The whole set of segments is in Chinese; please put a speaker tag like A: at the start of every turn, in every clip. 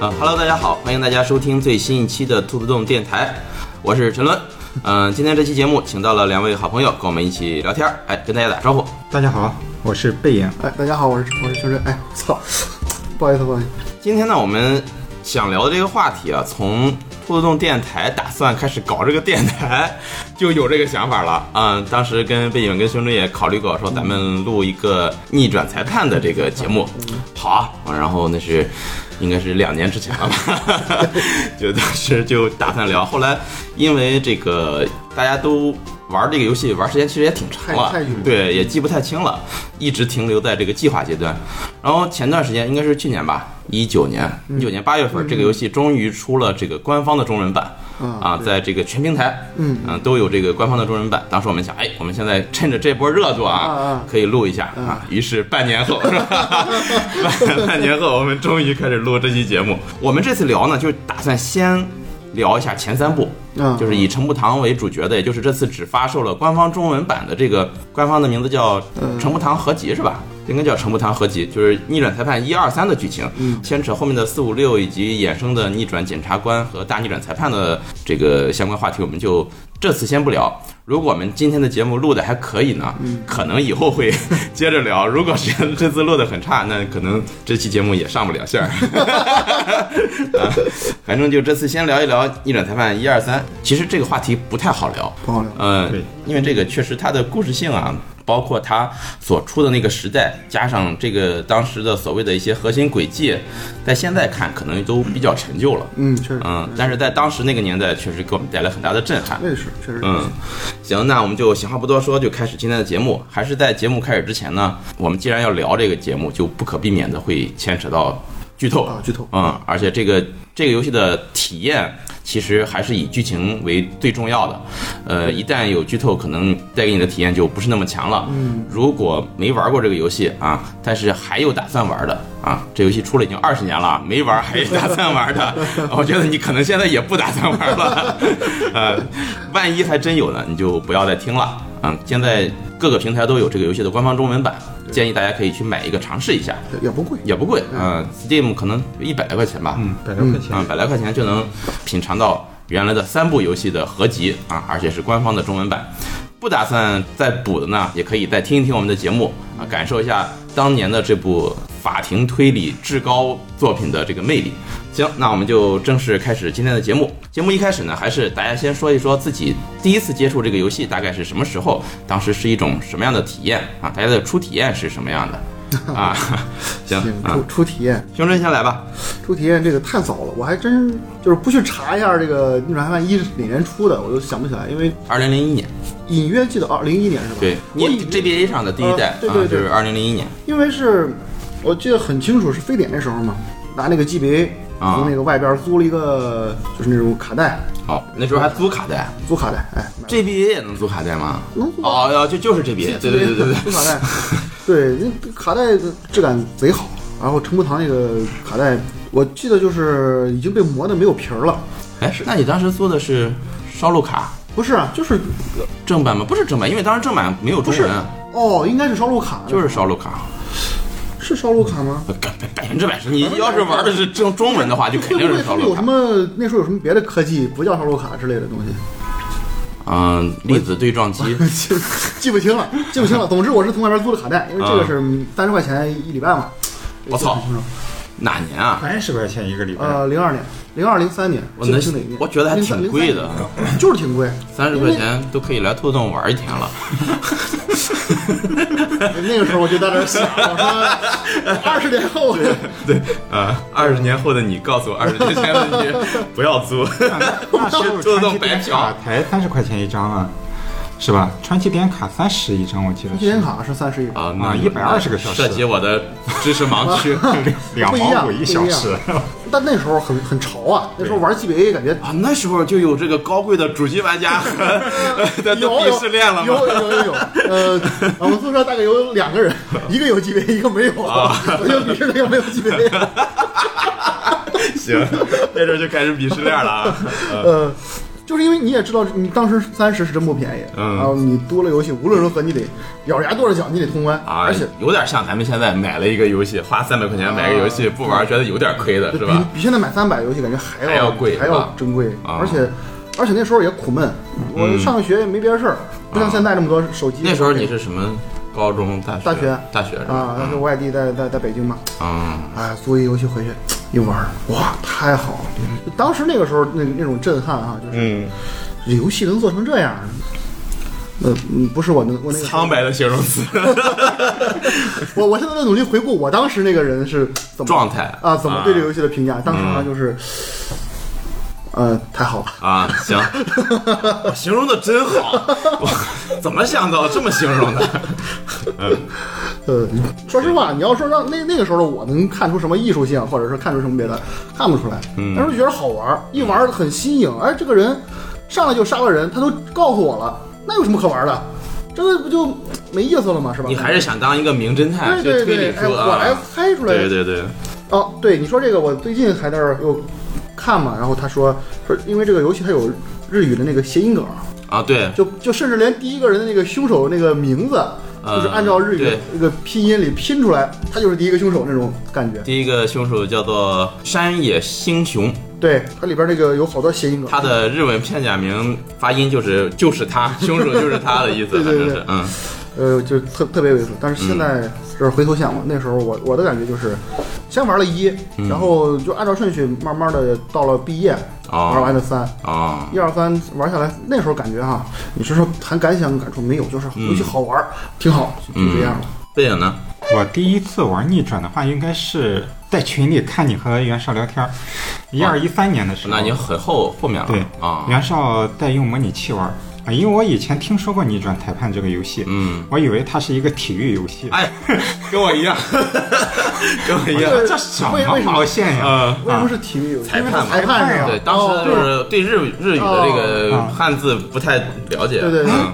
A: 呃，Hello，大家好，欢迎大家收听最新一期的兔子洞电台，我是陈伦。嗯、今天这期节目请到了两位好朋友，跟我们一起聊天儿，哎，跟大家打招呼。
B: 大家好，我是贝影。
C: 哎，大家好，我是我是秋水。哎，我操，不好意思，不好意思，
A: 今天呢，我们想聊的这个话题啊，从兔子洞电台打算开始搞这个电台，就有这个想法了。嗯，当时跟背影跟熊中也考虑过，说咱们录一个逆转裁判的这个节目，好啊。然后那是应该是两年之前了吧， 就当时就打算聊。后来因为这个大家都。玩这个游戏玩时间其实也挺长了
C: 太太远了，
A: 对，也记不太清了，一直停留在这个计划阶段。然后前段时间应该是去年吧，一九年，
C: 嗯
A: 一九年八月份，这个游戏终于出了这个官方的中文版。
C: 嗯
A: 啊，在这个全平台，
C: 嗯
A: 都有这个官方的中文版。当时我们想，哎，我们现在趁着这波热度
C: 啊
A: 啊
C: 啊，
A: 可以录一下啊。于是半年后，是吧？半半年后，我们终于开始录这期节目。我们这次聊呢，就打算先聊一下前三部，
C: 嗯
A: 就是以陈步堂为主角的，也就是这次只发售了官方中文版的这个官方的名字叫《陈步堂合集》是吧？应该叫《陈步堂合集》，就是《逆转裁判》一二三的剧情，牵扯后面的四五六以及衍生的逆转检察官和大逆转裁判的这个相关话题，我们就这次先不聊。如果我们今天的节目录的还可以呢，可能以后会 接着聊。如果是这次录的很差，那可能这期节目也上不了线儿。啊，反正就这次先聊一聊《逆转裁判》一二三。其实这个话题不太好聊，
C: 不好聊。
A: 呃
B: 对，
A: 因为这个确实它的故事性啊，包括它所处的那个时代，加上这个当时的所谓的一些核心轨迹，在现在看可能都比较陈旧了。
C: 嗯，确实，
A: 嗯，但是在当时那个年代，确实给我们带来很大的震撼。
C: 那是确实，
A: 嗯，行，那我们就闲话不多说，就开始今天的节目。还是在节目开始之前呢，我们既然要聊这个节目，就不可避免的会牵扯到剧透
C: 啊，剧透，
A: 嗯，而且这个这个游戏的体验其实还是以剧情为最重要的。呃，一旦有剧透，可能带给你的体验就不是那么强了。嗯，如果没玩过这个游戏啊，但是还有打算玩的啊，这游戏出了已经二十年了，没玩还有打算玩的，我觉得你可能现在也不打算玩了。 呃，万一还真有呢，你就不要再听了。嗯，现在各个平台都有这个游戏的官方中文版，建议大家可以去买一个尝试一下。
C: 也不贵，
A: 也不贵，嗯、s t e a m 可能一百来块钱吧，
B: 嗯，百来块
A: 啊、
B: 钱。
A: 百来块钱就能品尝到原来的三部游戏的合集啊，而且是官方的中文版。不打算再补的呢，也可以再听一听我们的节目啊，感受一下当年的这部法庭推理至高作品的这个魅力。行，那我们就正式开始今天的节目。节目一开始呢，还是大家先说一说自己第一次接触这个游戏大概是什么时候，当时是一种什么样的体验啊？大家的初体验是什么样的啊？行
C: 行，
A: 啊
C: 初，初体验，
A: 熊真先来吧。
C: 初体验这个太早了，我还真就是不去查一下这个《逆转裁判一》是哪年出的，我都想不起来，因为
A: 二零零一年，
C: 隐约记得二零一年是吧？
A: 对
C: 我
A: 你
C: 隐约
A: GBA 上的第一代
C: 呃对对
A: 啊，就是
C: 对
A: 二零零一年，
C: 因为是我记得很清楚，是非典那时候嘛，拿那个 GBA
A: 啊
C: 从那个外边租了一个就是那种卡带，
A: 好，那时候还租卡带
C: 租卡带，哎，买
A: ，GBA 也能租卡带吗？
C: 能租
A: 哦，哦就就是 GBA，对对对对对，
C: 出卡带，对，那卡带的质感贼好。然后陈步堂那个卡带，我记得就是已经被磨的没有皮儿了。
A: 哎，是那你当时租的是烧录卡
C: 不是啊，就是
A: 正版吗？不是正版，因为当时正版没有中
C: 不是
A: 文，啊
C: 哦，应该是烧录卡，
A: 就是烧录卡，
C: 是烧录卡吗？
A: 百百百分之百是。你要是玩的是正中文的话，就肯定
C: 会不会
A: 是
C: 他
A: 烧
C: 们
A: 录
C: 有什
A: 卡。
C: 么那时候有什么别的科技不叫烧录卡之类的东西？
A: 嗯，粒子对撞 机，
C: 记记不清了，记不清了。总之我是从外边租的卡带，因为这个是三十块钱一礼拜嘛。
A: 嗯我操
C: 记不清楚
A: 哪年啊？
B: 三十块钱一个礼拜，
C: 呃，零二年、零二零三年，
A: 我
C: 记不
A: 能
C: 清哪年，
A: 我觉得还
C: 03
A: 挺贵的，，
C: 03就是挺贵。
A: 三十块钱都可以来兔洞玩一天了。
C: 那个时候我就在那儿想，我 说二十年后，
A: 对，啊，二十年后的你告诉我，二十年前的你不要租。
B: 那 时候
A: 自
B: 传
A: 动
B: 奇
A: 白
B: 点
A: 嫖啊
B: 卡才三十块钱一张啊，是吧？传奇点卡三十一张，我记得
C: 信用
B: 是
C: 卡是三十一，
A: 啊，
B: 啊120个小时
A: 涉及我的知识盲 区
B: 两
C: 不一
B: 毛
C: 样
B: 五一小时。
C: 但那时候很很潮啊，那时候玩 GBA 感 觉
A: 啊。那时候就有这个高贵的主机玩 家的的
C: 有
A: 鄙视链了
C: 有
A: 吗？
C: 有有有有，呃，我们宿舍大概有两 个人，一个有 GBA，一个没有，我就鄙视那个没有 GBA。
A: 行，那时候就开始鄙视链了啊。
C: 呃，就是因为你也知道，你当时三十是真不便宜，
A: 嗯
C: 然后你多了游戏，无论如何你得咬牙跺着脚，你得通关，
A: 啊，
C: 而且
A: 有点像咱们现在买了一个游戏，花三百块钱买个游戏，不玩觉得有点亏的
C: 对
A: 是吧？
C: 比比现在买三百游戏感觉还要
A: 还要贵
C: 还
A: 是
C: 要
A: 吧
C: 珍贵，
A: 啊嗯
C: 而且而且那时候也苦闷，我上学也没别的事儿，不像现在这么多手机。
A: 啊那时候你是什么高中、大学？
C: 大学
A: 大学是
C: 啊，那
A: 吧
C: 时？候外地在在在北京嘛，
A: 嗯，
C: 哎，租一游戏回去一玩儿，哇，太好了！就当时那个时候那那种震撼啊，就是
A: 嗯，
C: 这游戏能做成这样，呃，嗯不是我能我那个时候
A: 苍白的形容词，
C: 我我现在在努力回顾我当时那个人是怎 么
A: 状态嗯
C: 啊，怎么对这个游戏的评价？当时好像就是，呃，太好了。
A: 啊，行， 我形容的真好， 我怎么想到这么形容 的？
C: 呃，说实话，你要说让那那个时候的我能看出什么艺术性，或者是看出什么别的，看不出来。
A: 嗯
C: 但是就觉得好玩儿，一玩儿很新颖。哎，这个人上来就杀了人，他都告诉我了，那有什么可玩儿的？这个不就没意思了吗？是吧？
A: 你还是想当一个名侦探，
C: 对
A: 就
C: 对
A: 推理
C: 对，哎，
A: 出
C: 我来
A: 啊？
C: 猜出来。
A: 对对对，
C: 哦，对，你说这个，我最近还在那儿又看嘛，然后他说说，因为这个游戏它有日语的那个谐音梗，
A: 啊对，
C: 就就甚至连第一个人的那个凶手那个名字，就是按照日语
A: 嗯对
C: 那个拼音里拼出来，他就是第一个凶手那种感觉。
A: 第一个凶手叫做山野星雄，
C: 对，它里边那个有好多谐音梗。
A: 他的日文片假名发音就是就是他，凶手就是他的意思，
C: 对
A: 反
C: 对
A: 正
C: 对
A: 是嗯
C: 呃，就特特别猥琐。但是现在就是回头想嘛，那时候我我的感觉就是，先玩了一，
A: 嗯
C: 然后就按照顺序慢慢的到了毕业，玩
A: 哦
C: 完了三，
A: 哦
C: 一二三玩下来，那时候感觉哈、你是说谈感想感触没有？就是
A: 嗯
C: 游戏好玩，挺好，就就这样了。
A: 背影呢？
B: 我第一次玩逆转的话，应该是在群里看你和袁绍聊天儿，一二一三年的时候。
A: 哦那你很后后面
B: 对
A: 了啊，
B: 袁绍在用模拟器玩儿啊，因为我以前听说过逆转裁判这个游戏，
A: 嗯，
B: 我以为它是一个体育游戏。
A: 哎， 跟我一样， 跟我一样，
B: 这 什么毛线呀？
A: 呃。
C: 为什么是体育游戏？
A: 裁判
C: 因为它裁判是吧
A: 对，当时就
C: 哦
A: 是嗯对日日语的这个
B: 哦
A: 汉字不太了解，
C: 对对对
A: 嗯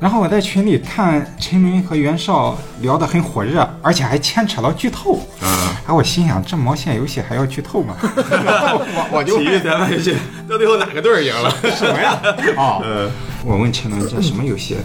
B: 然后我在群里看陈明和袁绍聊得很火热，而且还牵扯到剧透。
A: 嗯，
B: 哎，我心想这毛线游戏还要 剧透吗？我我就
A: 体育咱们去，到最后哪个队儿赢了？
B: 什么呀？
A: 嗯
B: 哦，我问陈伦这什么游戏？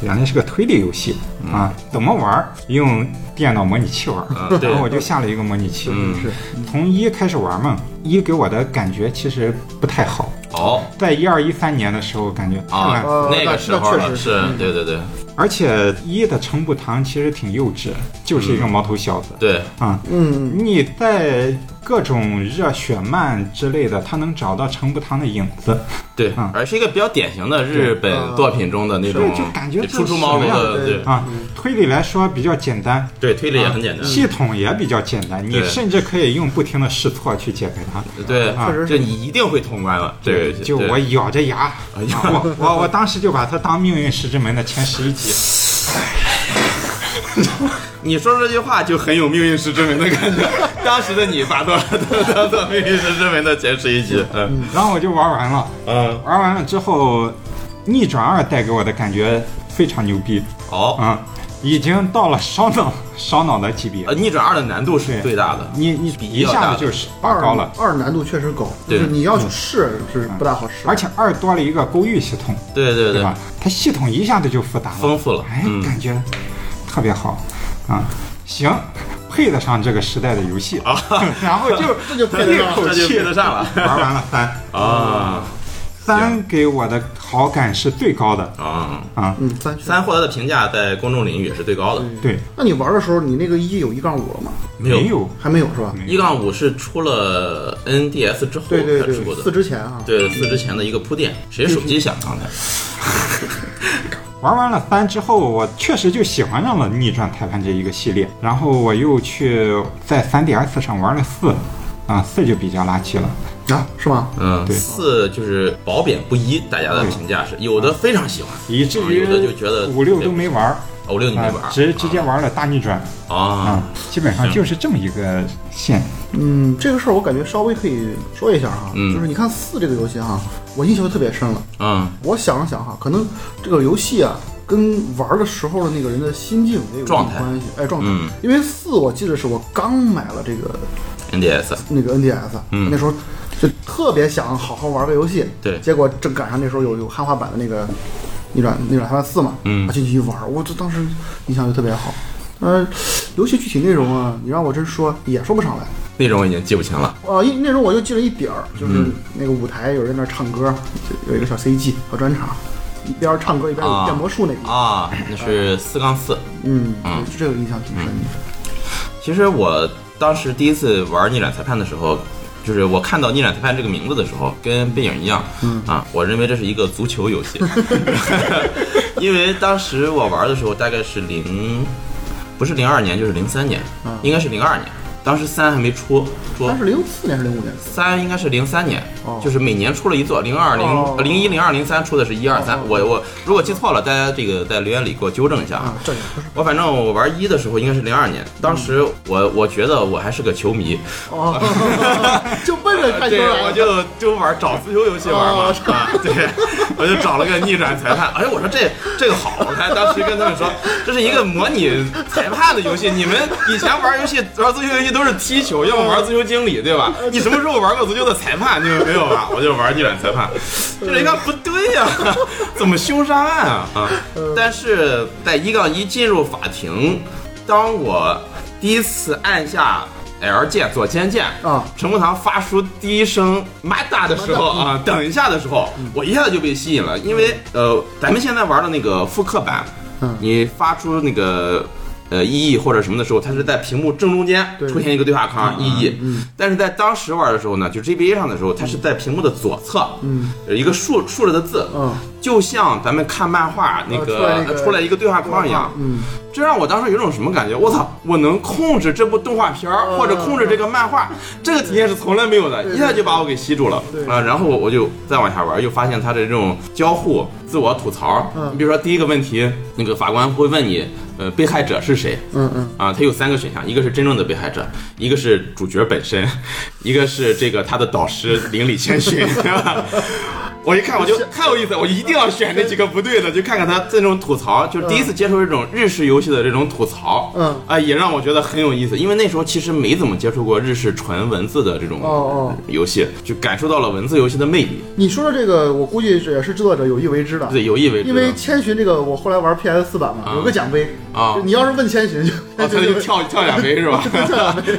B: 原来是个推理游戏
A: 嗯
B: 啊，怎么玩儿？用电脑模拟器玩儿
A: 啊，对
B: 然后我就下了一个模拟器，
A: 嗯
C: 是
B: 从一开始玩嘛。一给我的感觉其实不太好，
A: 哦
B: 在一二一三年的时候感觉太
A: 啊
B: 烂，
C: 哦，
A: 那
C: 那
A: 个时候
C: 那确
A: 了，
C: 实
A: 是嗯对对对
B: 而且一的程步堂其实挺幼稚，就是
A: 嗯
B: 一个毛头小子
A: 对，
B: 啊。
C: 嗯，
B: 你在各种热血漫之类的，他能找到程步堂的影子，
A: 对
B: 嗯，
A: 而是一个比较典型的日本作品中的那种，
B: 是就感觉
A: 初出茅庐的，
C: 这是
A: 呃对嗯
B: 啊，推理来说比较简单，啊
A: 对，嗯推理也很简单，
B: 系统也比较简单，你
A: 对
B: 甚至可以用不停的试错去解开它。
A: 对
B: 啊，
A: 就你一定会通关了，这个游戏
B: 就
A: 对哎
B: 我咬着牙，啊我我我当时就把它当《命运石之门》的前十一集。
A: 你说这句话就很有命运石之门的感 觉。当时的你把多当当做命运石之门的前十一集，嗯
B: 然后我就玩完了，
A: 嗯，
B: 玩完了之后，《逆转二》带给我的感觉非常牛逼
A: 好，
B: 啊、已经到了烧脑烧脑的级别
A: 呃，。逆转二的难度是最大的，
B: 你你
A: 比
B: 一
A: 较
B: 下
A: 大
B: 子就是拔
C: 二
B: 高了，嗯
C: 二难度确实高，就
A: 对
C: 是你要去试是不大好试。
B: 而且二多了一个勾玉系统，
A: 对对
B: 对吧？它系统一下子就复杂了，
A: 丰富了
B: 哎，
A: 嗯
B: 感觉特别好啊，行，配得上这个时代的游戏啊， 然后就
C: 这就配得
B: 一
C: 上了
B: 口
A: 这就
B: 气
A: 配得上了
B: 玩完了三，
A: 啊
B: 三给我的好感是最高的
A: 啊！
B: 啊，
C: 嗯，三圈
A: 三获得的评价在公众领域也是最高的，
B: 对，
C: 那你玩的时候，你那个一有一杠五了吗？
A: 没
B: 没
A: 有
B: 有
C: 还没有是吧？
A: 一杠五是出了 NDS 之后
C: 对对
A: 才出
C: 对，四
A: 的。
C: 之前啊，
A: 对四之前的一个铺垫，谁手机响刚才？
B: 玩完了三之后，我确实就喜欢上了逆转裁判这一个系列，然后我又去在3 DS 上玩了四，啊，四就比较垃圾了。
C: 啊是吗？
A: 嗯，
B: 对
A: 四就是褒贬不一，大家的评价是有的非常喜欢，
B: 以至于
A: 啊有的就觉得
B: 五六都没玩儿，
A: 五六你没
B: 啊
A: 玩，
B: 直直接玩了大逆转
A: 啊
B: 啊，，基本上就是这么一个线。
C: 嗯，这个事儿我感觉稍微可以说一下哈，
A: 嗯
C: 就是你看四这个游戏哈，我印象就特别深了。
A: 嗯，
C: 我想了想哈，可能这个游戏啊，跟玩的时候的那个人的心境也有一定
A: 状态
C: 关系，哎，状态。
A: 嗯
C: 因为四我记得是我刚买了这个
A: NDS，
C: 那个 NDS，、
A: 嗯
C: 那时候就特别想好好玩个游戏。
A: 对
C: 结果正赶上那时候有有汉化版的那个《逆转逆转裁判四》嘛，
A: 嗯
C: 啊进去一玩，我这当时印象就特别好。呃，游戏具体内容啊，你让我真说也说不上来。
A: 内容我已经记不清了。
C: 呃，一那时候我就记了一点儿，就是
A: 嗯
C: 那个舞台有人在那儿唱歌，就有一个小 CG 小专场，一边儿唱歌一边儿有变魔术那个，
A: 啊，那是四杠四。
C: 嗯，就这个印象挺深
A: 嗯
C: 的。
A: 其实我当时第一次玩逆转裁判的时候，就是我看到逆转裁判这个名字的时候，跟背影一样，
C: 嗯
A: 啊，我认为这是一个足球游 戏， 因为当时我玩的时候大概是零，不是零二年就是零三年，
C: 嗯
A: 应该是零二年，当时三还没出，出
C: 但是零四年还是零五年？
A: 三应该是零三年
C: 哦，
A: 就是每年出了一座，零二
C: 哦
A: 零零一零二零三出的是一二三，我我如果记错了，大家这个在留言里给我纠正一下啊
C: 啊。，这也 不是
A: 我反正我玩一的时候应该是零二年，当时我我觉得我还是个球迷，
C: 哦， 就奔着看球
A: 对，
C: 来
A: 我就就玩找足球游戏玩嘛
C: 哦，
A: 啊，对，我就找了个逆转裁判，哎，我说这这个好，我还当时跟他们说，这是一个模拟裁判的游戏，你们以前玩游戏玩足球游戏都是踢球，要么玩足球经理，对吧？
C: 嗯
A: 你什么时候玩过足球的裁判？你们没有吧？我就玩逆转裁判，这人看不对呀、 怎么凶杀案啊？啊！
C: 嗯
A: 但是在一杠一进入法庭，当我第一次按下 L 键左肩键
C: 啊
A: 陈木堂发出第一声“妈哒”的时
C: 嗯
A: 候啊，等一下的时候，我一下子就被吸引了，因为呃，咱们现在玩的那个复刻版，
C: 嗯
A: 你发出那个。呃，异议或者什么的时候，它是在屏幕正中间
C: 对嗯
A: 出现一个对话框异议，但是在当时玩的时候呢，就 GBA 上的时候，它是在屏幕的左侧，
C: 嗯，
A: 有一个竖竖着的字，
C: 嗯，
A: 就像咱们看漫画那
C: 呃出来
A: 个
C: 那个
A: 出来一个对话框一样，
C: 嗯，
A: 这让我当时有种什么感觉？我操，我能控制这部动画片儿，或者控制这个漫画，这个体验是从来没有的，
C: 对
A: 一下就把我给吸住了
C: 对
A: 啊！然后我我就再往下玩，又发现它的这种交互、自我吐槽
C: 嗯。
A: 你比如说第一个问题，那个法官会问你，呃，被害者是谁？
C: 嗯嗯，
A: 啊，它有三个选项，一个是真正的被害者，一个是主角本身，一个是这个他的导师邻里谦逊。 我一看我就太有意思了，我一定要选那几个不对的，就看看他这种吐槽，就是第一次接触这种日式游戏的这种吐槽，
C: 嗯
A: 啊，也让我觉得很有意思，因为那时候其实没怎么接触过日式纯文字的这种
C: 哦哦
A: 游戏，就感受到了文字游戏的魅力，
C: 你说的这个，我估计是也是制作者有意为之的。
A: 对，有意为之
C: 因
A: 的。
C: 为千寻这个，我后来玩 PS 四版嘛，有个奖杯
A: 啊
C: 就你要是问千寻，就
A: 哦，他就跳跳两杯是吧？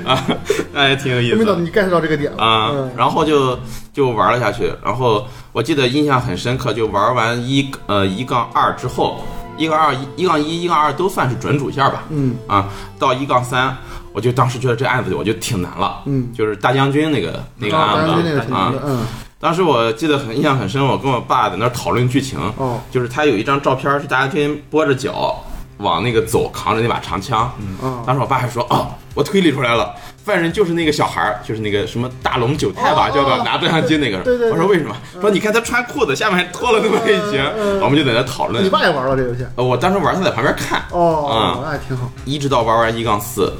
A: 啊，那也挺有意思
C: 没
A: 的
C: 到。你 get 到这个点了
A: 啊、
C: 嗯
A: 然后就就玩了下去。然后我记得印象很深刻，就玩完一呃一杠二之后，一杠二、一杠一、一杠二都算是准主线吧。
C: 嗯
A: 啊，到一杠三，我就当时觉得这案子我就挺难了。
C: 嗯，
A: 就是大将军那个那个
C: 啊
A: 案
C: 当然那个
A: 子
C: 挺
A: 啊
C: 难的，，嗯
A: 当时我记得很印象很深，我跟我爸在那儿讨论剧情。
C: 哦
A: 就是他有一张照片是大将军拨着脚往那个走，扛着那把长枪。嗯
C: 啊
A: 当时我爸还说：“哦，我推理出来了，犯人就是那个小孩儿，就是那个什么大龙九太吧，
C: 哦
A: 叫做拿照相机那个人。
C: 对对对嗯
A: 我说：“为什么？”说：“你看他穿裤子，下面还脱了那么一截。
C: 嗯嗯
A: 我们就在那讨论
C: 你。爸也玩了这游戏
A: 呃我当时玩，他在旁边看，啊
C: 哦，那还挺好。
A: 一直到玩完一杠四，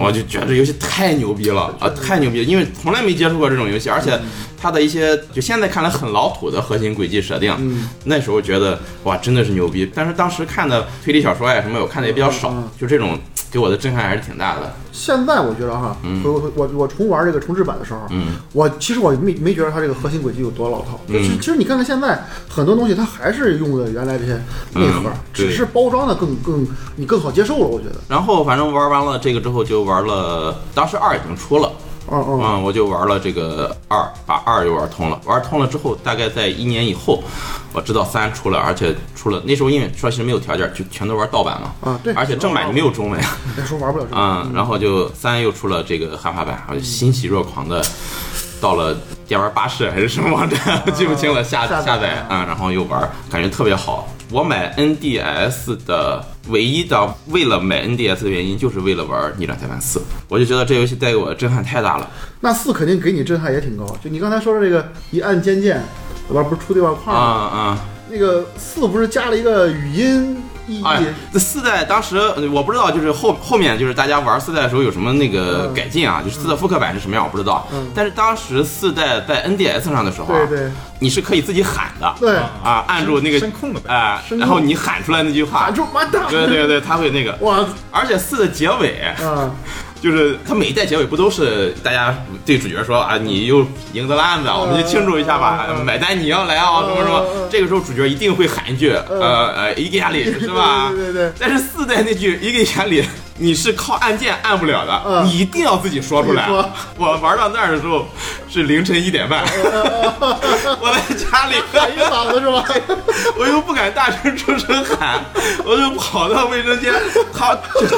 A: 我就觉得这游戏太牛逼了啊，太牛逼了！因为从来没接触过这种游戏，而且它的一些就现在看来很老土的核心轨迹设定，那时候觉得哇，真的是牛逼。但是当时看的推理小说呀什么，我看的也比较少
C: 嗯嗯，
A: 就这种给我的震撼还是挺大的。
C: 现在我觉得哈，我我我重玩这个重置版的时候，
A: 嗯，
C: 我其实我没没觉得它这个核心轨迹有多老套。就其其实你看看现在很多东西，它还是用的原来这些内核，
A: 嗯对
C: 只是包装的更更你更好接受了，我觉得。
A: 然后反正玩完了这个之后，就玩了，当时二已经出了。
C: 嗯嗯
A: 嗯，我就玩了这个二，把二又玩通了。玩通了之后，大概在一年以后，我知道三出了，而且出了那时候因为说其实没有条件，就全都玩盗版嘛。
C: 啊，对，
A: 而且正版就没有中文
C: 那时候玩不了这个。
A: 啊、嗯，然后就三又出了这个汉化版，我就欣喜若狂的到了电玩巴士还是什么网站，记不清了，下
C: 下载
A: 下载啊、嗯，然后又玩，感觉特别好。我买 NDS 的唯一的为了买 NDS 的原因，就是为了玩《逆转裁判四》，我就觉得这游戏带给我的震撼太大了
C: 那四肯定给你震撼也挺高。就你刚才说的这个一按肩键，对吧？不是出对话
A: 啊
C: 框吗，
A: 啊！嗯
C: 那个四不是加了一个语音意义？
A: 哎，这四代当时呃我不知道，就是后后面就是大家玩四代的时候有什么那个
C: 嗯
A: 改进啊，就是四的复刻版是什么样我不知道。
C: 嗯
A: 但是当时四代在 NDS 上的时候啊，
C: 对对
A: 你是可以自己喊的，
C: 对，
A: 啊，按住那个
B: 声控的呗。
A: 哎、
C: 声控
A: 然后你喊出来那句话
C: 打，住妈蛋！
A: 对对对，它会那个。
C: 哇
A: 而且四的结尾，
C: 啊，
A: 就是他每一代结尾不都是大家对主角说啊，
C: 嗯
A: 你又赢得了案子，啊我们就庆祝一下吧，买单你要来啊，
C: 嗯
A: 什么什么。这个时候主角一定会喊一句，呃呃，伊给亚里是吧？
C: 嗯对对对对
A: 但是四代那句伊给亚里。你是靠按键按不了的，
C: 嗯
A: 你一定要自己说出来
C: 自己说。
A: 我玩到那儿的时候是凌晨一点半，
C: 嗯
A: 我在家 里
C: 喊一嗓子是吧？
A: 我又不敢大声出声喊，我就跑到卫生间，他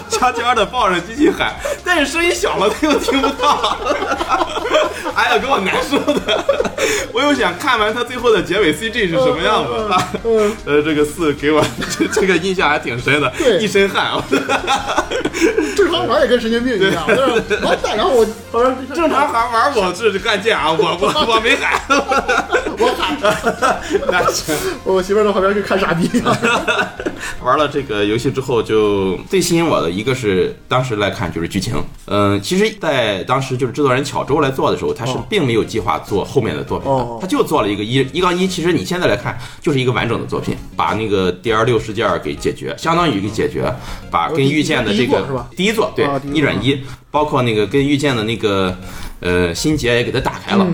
A: 悄悄的抱着机器喊，但是声音小了，他又听不到。哎呀，给我难受的！我又想看完他最后的结尾 CG 是什么样子啊？ 呃，这个四给我 这这个印象还挺深的，
C: 对
A: 一身汗 啊。
C: 正常玩也跟神经病一样，就是完蛋，然后我我说
A: 正常还玩我是干键啊，我我我没喊，
C: 我喊，
A: 那是。
C: 我媳妇儿在旁边跟看傻逼一样。
A: 玩了这个游戏之后，就最吸引我的一个是当时来看就是剧情。嗯，其实，在当时就是制作人巧周来做的时候，他是并没有计划做后面的作品
C: 哦
A: 的，他就做了一个一一杠一。其实你现在来看，就是一个完整的作品，把那个 D R 六事件儿给解决，相当于一个解决，把跟遇见的这
C: 呃第一座是
A: 个
C: 吧
A: 第一座对
C: 啊第一座
A: 一转一，包括那个跟遇见的那个。呃，心结也给它打开了，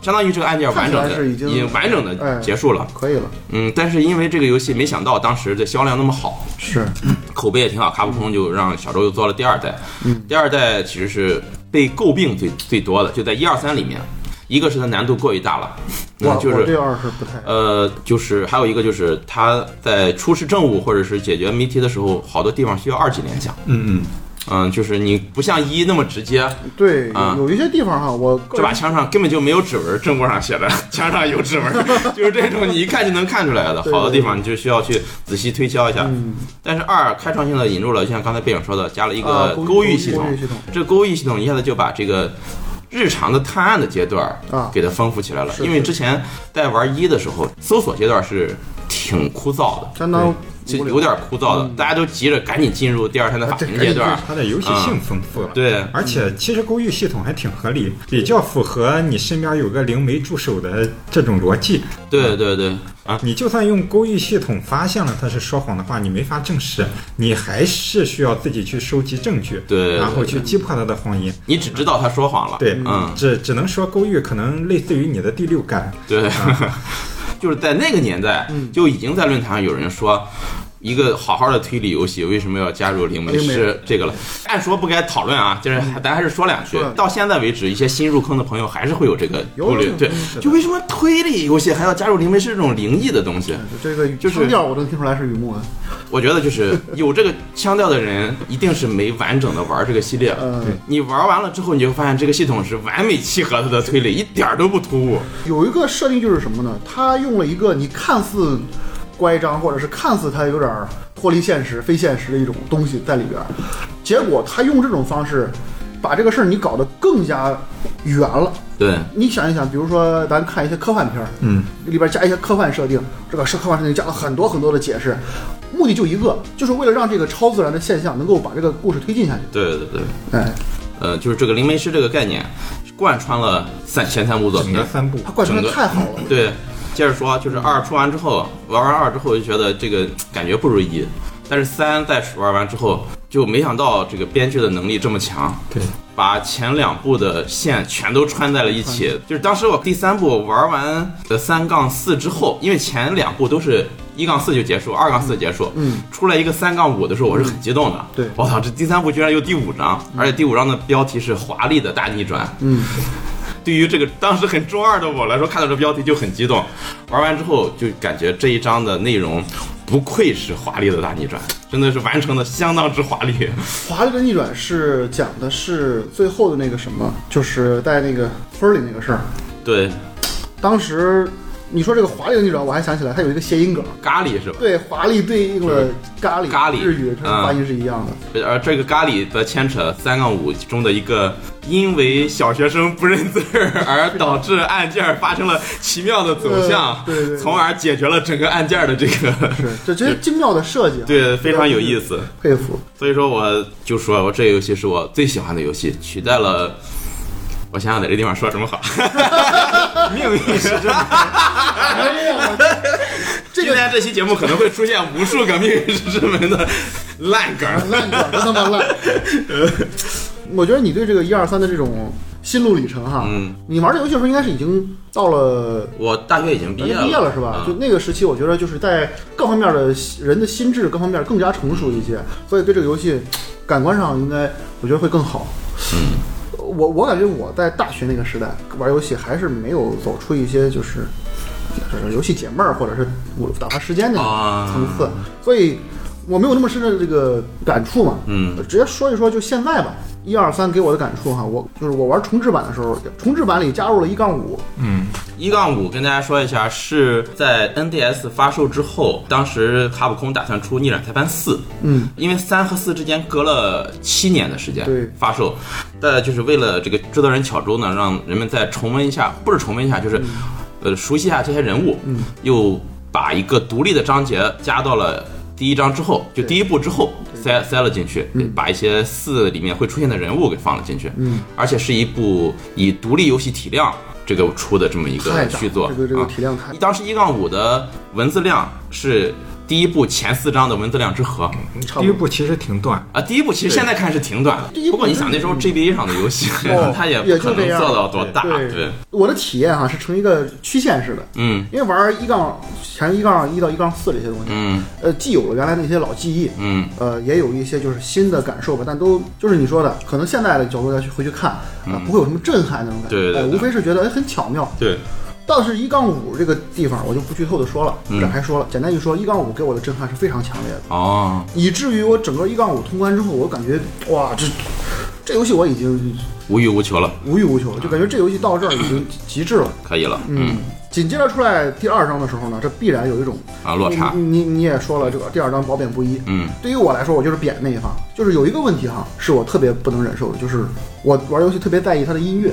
A: 相当于这个案件完整
C: 嗯看起来
A: 的
C: 是已经
A: 完整的
C: 哎
A: 结束了。
C: 可以了，
A: 嗯，但是因为这个游戏，没想到当时的销量那么好，
C: 是
A: 口碑也挺好，卡普空就让小周又做了第二代。第二代其实是被诟病最最多的，就在一二三里面，一个是它难度过于大了，
C: 我
A: 那就
C: 我对
A: 是。
C: 二是不太
A: 呃，就是还有一个就是它在出示政务或者是解决谜题的时候，好多地方需要二级联想。
B: 嗯嗯，
A: 嗯，就是你不像一那么直接，
C: 对，
A: 啊
C: 有有一些地方哈，我个
A: 这把
C: 人
A: 枪上根本就没有指纹，正过上写的枪上有指纹， 就是这种你一看就能看出来的。
C: 对
A: 好的地方你就需要去仔细推敲一下。
C: 嗯
A: 但是二开创性的引入了，就像刚才背影说的，加了一
C: 啊
A: 个
C: 勾
A: 勾
C: 勾
A: 玉系统
C: 勾玉系统，
A: 这勾玉系统一下子就把这个。日常的探案的阶段
C: 啊
A: 给它丰富起来了，
C: 是
A: 因为之前在玩一的时候，搜索阶段是挺枯燥的，
C: 相当
A: 就
C: 无聊嗯
A: 有点枯燥的，大家都急着赶紧进入第二天的
B: 啊
A: 法
B: 这
A: 庭
B: 个
A: 阶
B: 就是
A: 段。嗯
B: 它的游戏性丰富了。
A: 对，
B: 而且其实勾玉系统还挺合理，比较符合你身边有个灵媒驻守的这种逻辑。
A: 对对对，啊，
B: 你就算用勾玉系统发现了他是说谎的话，你没法证实，你还是需要自己去收集证据，
A: 对
C: 啊
B: 然后去击破他的谎言。
A: 你只知道他说谎了，
B: 对，
A: 嗯，
B: 只只能说勾玉可能类似于你的第六感，
A: 对，
C: 嗯
A: 就是在那个年代，就已经在论坛上有人说。一个好好的推理游戏为什么要加入灵媒
C: 灵媒嗯
A: 师这个了？按说不该讨论啊，就是咱还是说两句
C: 说两。句
A: 到现在为止，一些新入坑的朋友还是会有这个
C: 有
A: 顾虑
C: 有。
A: 对
C: 有，
A: 就为什么推理游戏还要加入灵媒师这种灵异的东西？
C: 这个
A: 就是
C: 腔调我能听出来是雨木文，
A: 我觉得就是有这个腔调的人，一定是没完整的玩这个系列。
C: 嗯，
A: 你玩完了之后，你就发现这个系统是完美契合它的推理，一点儿都不突兀。
C: 有一个设定就是什么呢？他用了一个你看似乖张，或者是看似他有点儿脱离现实、非现实的一种东西在里边儿，结果他用这种方式把这个事儿你搞得更加圆了。
A: 对，
C: 你想一想，比如说咱看一些科幻片儿，
B: 嗯，
C: 里边加一些科幻设定，这个是科幻设定加了很多很多的解释，目的就一个，就是为了让这个超自然的现象能够把这个故事推进下去。
A: 对对对。
C: 哎，
A: 呃，就是这个灵媒师这个概念，贯穿了三前三部作
B: 整
A: 品
B: 个。三部
C: 他贯穿的太好了，
A: 对，接着说，就是二出完之后，玩完二之后就觉得这个感觉不如一，但是三在玩完之后，就没想到这个编剧的能力这么强。
B: 对。
A: 把前两部的线全都穿在了一起，就是当时我第三部玩完的三杠四之后，因为前两部都是一杠四就结束，二杠四结束，
C: 嗯，
A: 出来一个三杠五的时候，我是很激动的。
C: 对
A: 我操，这第三部居然有第五章，而且第五章的标题是华丽的大逆转。
C: 嗯，
A: 对于这个当时很中二的我来说，看到这标题就很激动。玩完之后就感觉这一章的内容不愧是华丽的大逆转，真的是完成的相当之华丽。
C: 华丽的逆转是讲的是最后的那个什么，就是在那个村儿里那个事儿。
A: 对，
C: 当时你说这个华丽的逆转，我还想起来，它有一个谐音梗，
A: 咖喱是吧？
C: 对，华丽对应了咖喱，
A: 咖喱
C: 日语
A: 嗯
C: 它的发音是一样的。
A: 而这个咖喱则牵扯三杠五中的一个，因为小学生不认字儿 而导致案件发生了奇妙的走向，
C: 嗯对对对
A: 从而解决了整个案件的这个，
C: 是，这这些精妙的设计
A: 嗯
C: 啊，
A: 对，非常有意思。
C: 佩服。
A: 所以说，我就说我这个游戏是我最喜欢的游戏，取代了。我想想在这地方说什么好。
B: 命运是这
C: 哎呀，这
A: 今
C: 个
A: 天这期节目可能会出现无数个命运之门的烂梗。
C: 烂梗真他妈烂。 我觉得你对这个一二三的这种心路里程哈，
A: 嗯，
C: 你玩这游戏的时候应该是已经到了
A: 我大学已经毕业
C: 毕业了是吧？就
A: 嗯
C: 那个时期，我觉得就是在各方面的人的心智各方面更加成熟一些，所以对这个游戏感官上应该我觉得会更好。
A: 嗯
C: 我我感觉我在大学那个时代玩游戏还是没有走出一些就是就是游戏解闷儿或者是我打发时间那种
A: 啊
C: 层次，所以我没有那么深的这个感触嘛。
A: 嗯，
C: 直接说一说就现在吧。一二三给我的感触哈，我就是我玩重置版的时候，重置版里加入了一杠五，
B: 嗯，
A: 一杠五跟大家说一下，是在 NDS 发售之后，当时卡普空打算出《逆转裁判四》，
C: 嗯，
A: 因为三和四之间隔了七年的时间
C: 对
A: 发售，但就是为了这个制作人巧周呢，让人们再重温一下，不是重温一下，
C: 嗯
A: 就是、呃熟悉一下这些人物，嗯，又把一个独立的章节加到了。第一章之后，就第一部之后塞塞了进去，把一些四里面会出现的人物给放了进去，
C: 嗯，
A: 而且是一部以独立游戏体量这个出的这么一个
C: 太大
A: 续作，
C: 这个这个
A: 啊
C: 体量太
A: 当时一杠五的文字量是第一部前四章的文字量之和
C: 差 不多
B: 第一部其实挺短，
A: 啊，第一部其实现在看是挺短的
C: 第一，部嗯
A: 不过你想那时候 GBA 上的游戏
C: 哦，
A: 它也
C: 也
A: 不
C: 就
A: 可
C: 这
A: 能
C: 样
A: 做到多大，
C: 对
A: 对，
C: 我的体验哈、是呈一个曲线式的，
A: 嗯
C: 因为玩一杠前一杠一到一杠四这些东西，
A: 嗯
C: 呃，既有了原来那些老记忆，
A: 嗯
C: 呃，也有一些就是新的感受吧，但都就是你说的，可能现在的角度再去回去看啊、不会有什么震撼那种感觉，
A: 嗯对对对
C: 呃
A: 对
C: 无非是觉得哎很巧妙。
A: 对，
C: 倒是一杠五这个地方，我就不剧透的说了，
A: 嗯
C: 展开说了，简单一说，一杠五给我的震撼是非常强烈的，
A: 哦，
C: 以至于我整个一杠五通关之后，我感觉哇，这这游戏我已经
A: 无欲无求了，
C: 无欲无求了，就感觉这游戏到这儿已经极致了。
A: 可以了，嗯
C: 紧接着出来第二章的时候呢，这必然有一种
A: 啊落差
C: 你你你也说了，这个第二章褒贬不一。
A: 嗯
C: 对于我来说，我就是贬那一方。就是有一个问题哈，是我特别不能忍受的，就是我玩游戏特别在意它的音乐。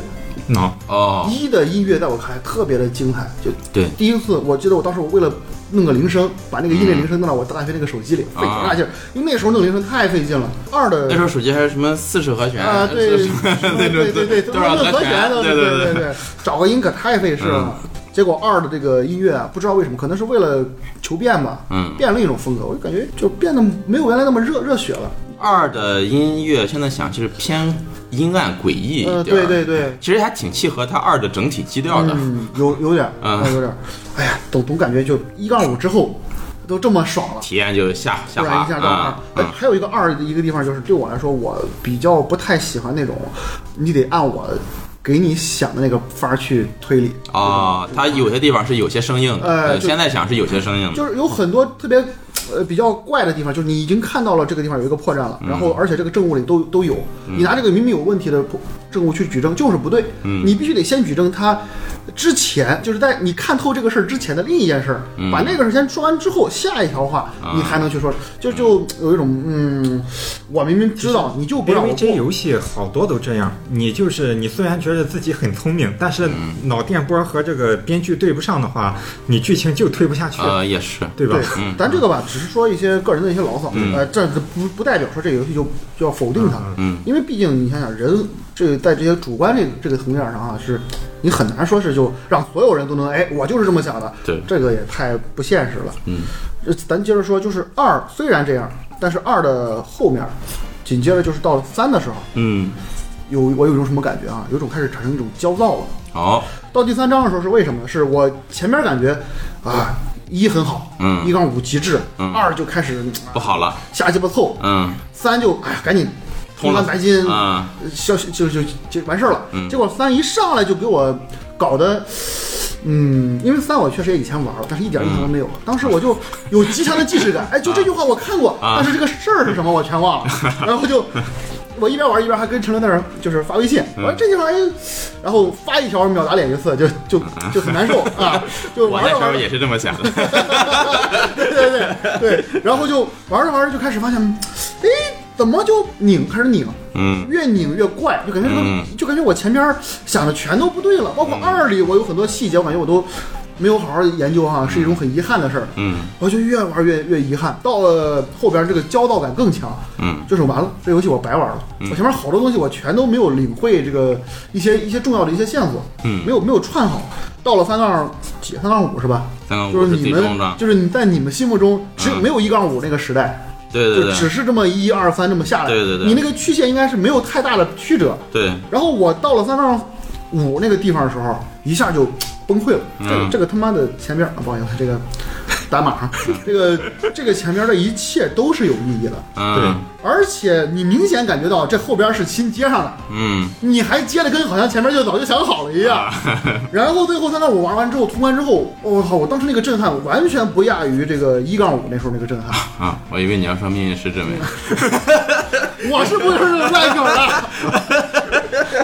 B: 喏、
A: 哦，
C: 一的音乐在我看来特别的精彩，就
A: 对
C: 第一次，我记得我当时我为了弄个铃声，把那
A: 嗯
C: 个音乐铃声弄到我大学那个手机里，费多大劲儿，因为那时候弄铃声太费劲了。二的
A: 啊那时候手机还是什么四十和弦
C: 啊，对，
A: 呃是 那
C: 对
A: 种
C: 对对，
A: 多少
C: 论和弦
A: 弦，
C: 都是
A: 对
C: 对
A: 对，嗯
C: 对，找个音可太费事了。结果二的这个音乐啊，不知道为什么，可能是为了求变吧，
A: 嗯
C: 变了一种风格，我就感觉就变得没有原来那么热热血了。
A: 二的音乐现在想其实偏阴暗诡异一点
C: 嗯，
A: 儿，
C: 对对对，
A: 其实还挺契合它二的整体基调的，
C: 嗯，有有点儿，
A: 嗯
C: 有点儿，哎呀，总总感觉就一杠五之后都这么爽了。
A: 体验就下下
C: 突然一
A: 滑
C: 下到二
A: 啊，，
C: 哎
A: 嗯
C: 还有一个二的一个地方就是，对我来说，我比较不太喜欢那种，你得按我给你想的那个法儿去推理
A: 啊，它有些地方是有些生硬的，
C: 呃
A: 呃
C: 就
A: 现在想是有些生硬的，
C: 就是有很多特别呃比较怪的地方，就是你已经看到了这个地方有一个破绽了，然后而且这个证物里都都有，你拿这个明明有问题的破证物去举证就是不对，你必须得先举证它之前，就是在你看透这个事儿之前的另一件事儿，把那个事儿先说完之后，下一条话你才能去说，就就有一种嗯，我明明知道你就不让我
B: AVG
C: 过。
B: 游戏好多都这样，你就是你虽然觉得自己很聪明，但是
C: 嗯
B: 脑电波和这个编剧对不上的话，你剧情就推不下去，
C: 啊
A: 呃，也是，
B: 对吧
C: 对？，咱这个吧，只是说一些个人的一些牢骚，呃，这不不代表说这个游戏就就要否定它，
A: 嗯，
C: 因为毕竟你想想，人这个在这些主观这个这个层面上啊，是你很难说是就让所有人都能哎，我就是这么想的，
A: 对
C: 这个也太不现实了。
A: 嗯
C: 呃，咱接着说，就是二虽然这样，但是二的后面，紧接着就是到了三的时候，
A: 嗯，
C: 有我有一种什么感觉啊，有一种开始产生一种焦躁了。
A: 好，
C: 到第三章的时候是为什么呢？是我前面感觉啊。一很好，
A: 嗯
C: 一杠五极致，
A: 嗯
C: 二就开始
A: 不好了，
C: 瞎鸡巴凑，
A: 嗯，
C: 三就哎呀，赶紧
A: 通了
C: 干白金，
A: 啊嗯
C: 消就就就完事儿了。结果三一上来就给我搞的。嗯，因为三我确实也以前玩了，但是一点印象都没
A: 嗯
C: 有了。当时我就有极强的既视感，哎，就这句话我看过，
A: 啊
C: 但是这个事儿是什么我全 忘了。然后就我一边玩一边还跟陈伦那儿就是发微信，
A: 嗯
C: 我说这地方哎，然后发一条秒打脸一次，就就就 很难受啊，就
A: 我
C: 玩
A: 那
C: 着
A: 时
C: 玩
A: 候
C: 着
A: 也是这么想的，
C: 对对对对，然后就玩着玩着就开始发现，哎，怎么就拧开始拧，
A: 嗯
C: 越拧越怪，就感觉这个、
A: 嗯
C: 就感觉我前边想的全都不对了，包括二里我有很多细节，我感觉我都没有好好研究哈、是一种很遗憾的事儿。
A: 嗯
C: 我就越玩越越遗憾，到了后边这个焦躁感更强，
A: 嗯
C: 就是完了，这游戏我白玩了。我前面好多东西我全都没有领会这个一些一些重要的一些线索，
A: 嗯
C: 没有没有串好。到了三杠几三杠五是吧？
A: 三杠
C: 就
A: 五
C: 是
A: 是
C: 你
A: 最
C: 们
A: 终章，
C: 就是你在你们心目中只有
A: 嗯
C: 没有一杠五那个时代，
A: 对对
C: 就
A: 对
C: 只是这么一二三这么下来，
A: 对对对
C: 你那个曲线应该是没有太大的曲折。
A: 对，
C: 然后我到了三杠五那个地方的时候，一下就崩溃了。这个、
A: 嗯
C: 这个他妈的前边啊，不好意思，这个打码啊，这个这个前边的一切都是有意义的，
A: 嗯
C: 而且你明显感觉到这后边是新接上的，
A: 嗯
C: 你还接的跟好像前面就早就想好了一样。 然后最后三杠五玩完之后通关之后，哦我、靠！我当时那个震撼完全不亚于这个一杠五那时候那个震撼。
A: 啊，我以为你要说命运石之门，
C: 我是不是烂梗了？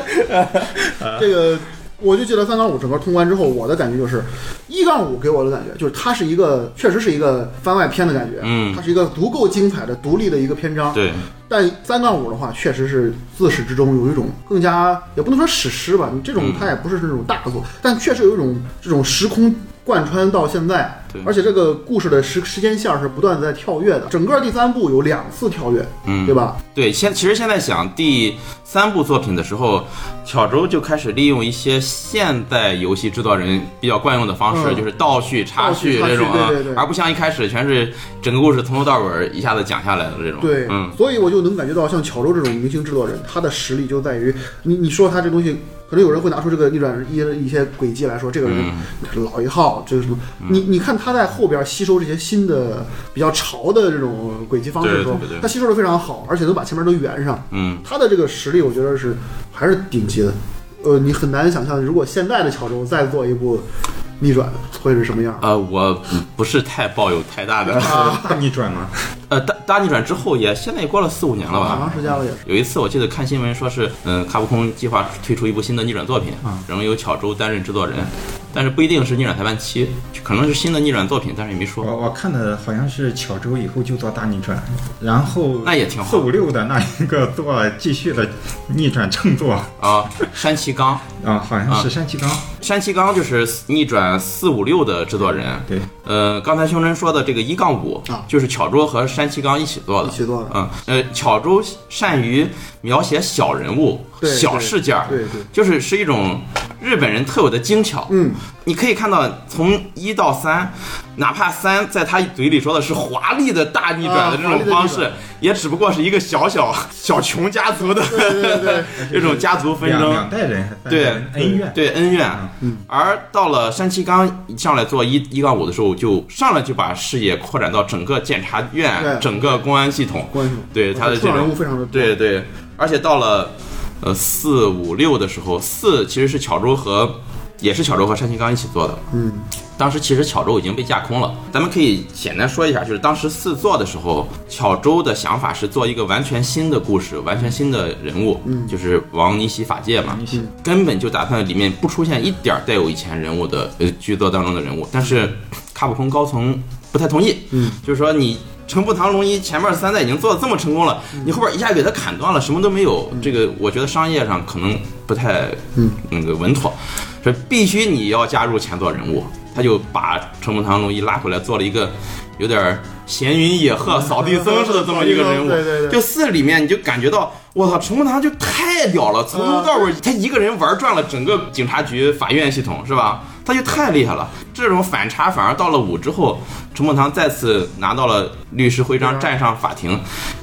C: 这个我就觉得三杠五整个通关之后，我的感觉就是一杠五给我的感觉就是它是一个确实是一个番外篇的感觉，
A: 嗯
C: 它是一个足够精彩的独立的一个篇章。
A: 对，
C: 但三杠五的话，确实是自始至终有一种更加也不能说史诗吧，你这
A: 嗯
C: 种它也不是那种大作，但确实有一种这种时空贯穿到现在
A: 对，
C: 而且这个故事的时时间线是不断地在跳跃的，整个第三部有两次跳跃，
A: 嗯
C: 对吧？
A: 对，现其实现在想第三部作品的时候，巧周就开始利用一些现代游戏制作人比较惯用的方式，
C: 嗯
A: 就是倒叙、插叙
C: 倒叙
A: 这种啊，
C: 对对对
A: 而不像一开始全是整个故事从头到尾一下子讲下来的这种。
C: 对，
A: 嗯，
C: 所以我就能感觉到，像巧周这种明星制作人，他的实力就在于，你你说他这东西，可能有人会拿出这个逆转一的一些轨迹来说，这个人、
A: 嗯
C: 老一号，这个什么，你你看他在后边吸收这些新的比较潮的这种轨迹方式的时候
A: 对对对对，
C: 他吸收的非常好，而且能把前面都圆上，
A: 嗯，
C: 他的这个实力，我觉得是还是顶级的。呃，你很难想象，如果现在的巧周再做一部逆转，会是什么样？
A: 呃，我不是太抱有太大的，
C: 啊
B: 大逆转吗？
A: 呃，大大逆转之后也现在也过了四五年了吧，
C: 好长时间了也是。
A: 有一次我记得看新闻说是，嗯，卡普空计划推出一部新的逆转作品，
C: 嗯
A: 然后由巧周担任制作人，但是不一定是逆转裁判七，可能是新的逆转作品，但是也没
C: 哦
A: 说。
B: 我我看的好像是巧周以后就做大逆转，然后
A: 那也挺好
B: 四五六的那一个做继续的逆转正作啊、
A: 啊，山崎刚，
B: 好像
A: 啊
B: 是山崎刚、
A: 山崎刚就是逆转四五六的制作人。
B: 对，
A: 呃，刚才胸针说的这个一杠五
C: 啊，
A: 就是巧周和山崎刚一起做的。
C: 一起做的
A: 嗯，呃，巧周善于描写小人物、
C: 对
A: 小事件儿，
C: 对对
A: 就是是一种日本人特有的精巧。
C: 嗯，
A: 你可以看到从一到三，哪怕三在他嘴里说的是华丽的大逆转的这
C: 啊华丽
A: 种
C: 的
A: 方
C: 逆
A: 式，
C: 转
A: 也只不过是一个小 小小穷家族的
C: 对对
A: 这种家族纷
B: 两
A: 争。
B: 两嗯代人还三代
A: 对
B: 人恩怨，
A: 对恩怨。而到了山崎刚上来做一一杠五的时候，就上来就把视野扩展到整个检察院、
C: 对
A: 整个公安系统，
C: 关系啊统
A: 对他的这
C: 出场人物
A: 种
C: 非常的多
A: 对对，而且到了呃四五六的时候，四其实是巧周和也是巧周和山崎刚一起做的，
C: 嗯，
A: 当时其实巧周已经被架空了，咱们可以简单说一下，就是当时四做的时候，巧周的想法是做一个完全新的故事，完全新的人物，嗯，就是王尼喜法界嘛，根本就打算里面不出现一点儿带有以前人物的呃剧作当中的人物，但是卡普空高层不太同意，嗯，就是说你。城步堂龙一前面三代已经做的这么成功了，你后边一下给他砍断了，什么都没有，这个我觉得商业上可能不太那个稳妥，说必须你要加入前作人物，他就把城门堂龙一拉回来，做了一个有点儿闲云野鹤、扫地僧似的这么一个人物。
C: 对对对
A: 就四里面你就感觉到，我操，城门堂就太屌了，从头到
C: 嗯
A: 尾他一个人玩转了整个警察局、法院系统，是吧？他就太厉害了。这种反差反而到了五之后，陈梦堂再次拿到了律师徽
C: 啊
A: 章，站上法庭，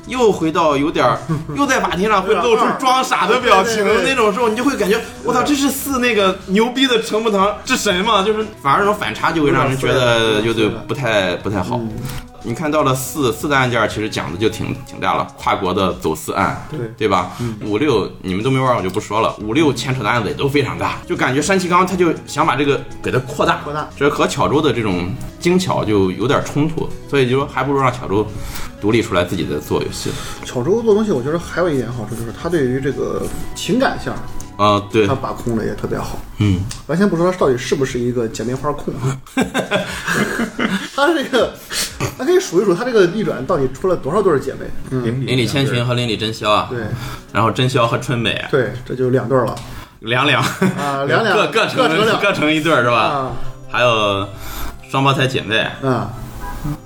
A: 又回到有点 儿，又在法庭上会露出装傻的表情
C: 对对对
A: 那种时候，你就会感觉我操，这是四那个牛逼的陈木堂之神嘛？就是反而这种反差就会让人觉得有点不太不太
C: 嗯
A: 好。你看到了四四的案件，其实讲的就挺挺大了，跨国的走私案，
C: 对嗯
A: 对吧？五六你们都没玩，我就不说了。五六牵扯的案子也都非常大，就感觉山崎刚他就想把这个给它扩大，
C: 扩大，
A: 这和巧周的这种精巧就有点冲突，所以就还不如让巧周独立出来自己的做游戏。
C: 巧周做东西，我觉得还有一点好处就是他对于这个情感线儿，
A: 啊，对
C: 他，把控的也特别好。
A: 嗯，
C: 完全不说他到底是不是一个姐妹花 控啊，他这个，咱可以数一数他这个逆转到底出了多少对儿姐妹？嗯，
B: 邻
A: 邻里千寻和邻里真宵啊，
C: 对
A: 然后真宵和春美，
C: 对，这就两对儿了
A: 两两
C: 啊，两两
A: 各各成
C: 成两
A: 各成一对儿是吧？
C: 啊
A: 还有双胞胎姐妹，
C: 啊，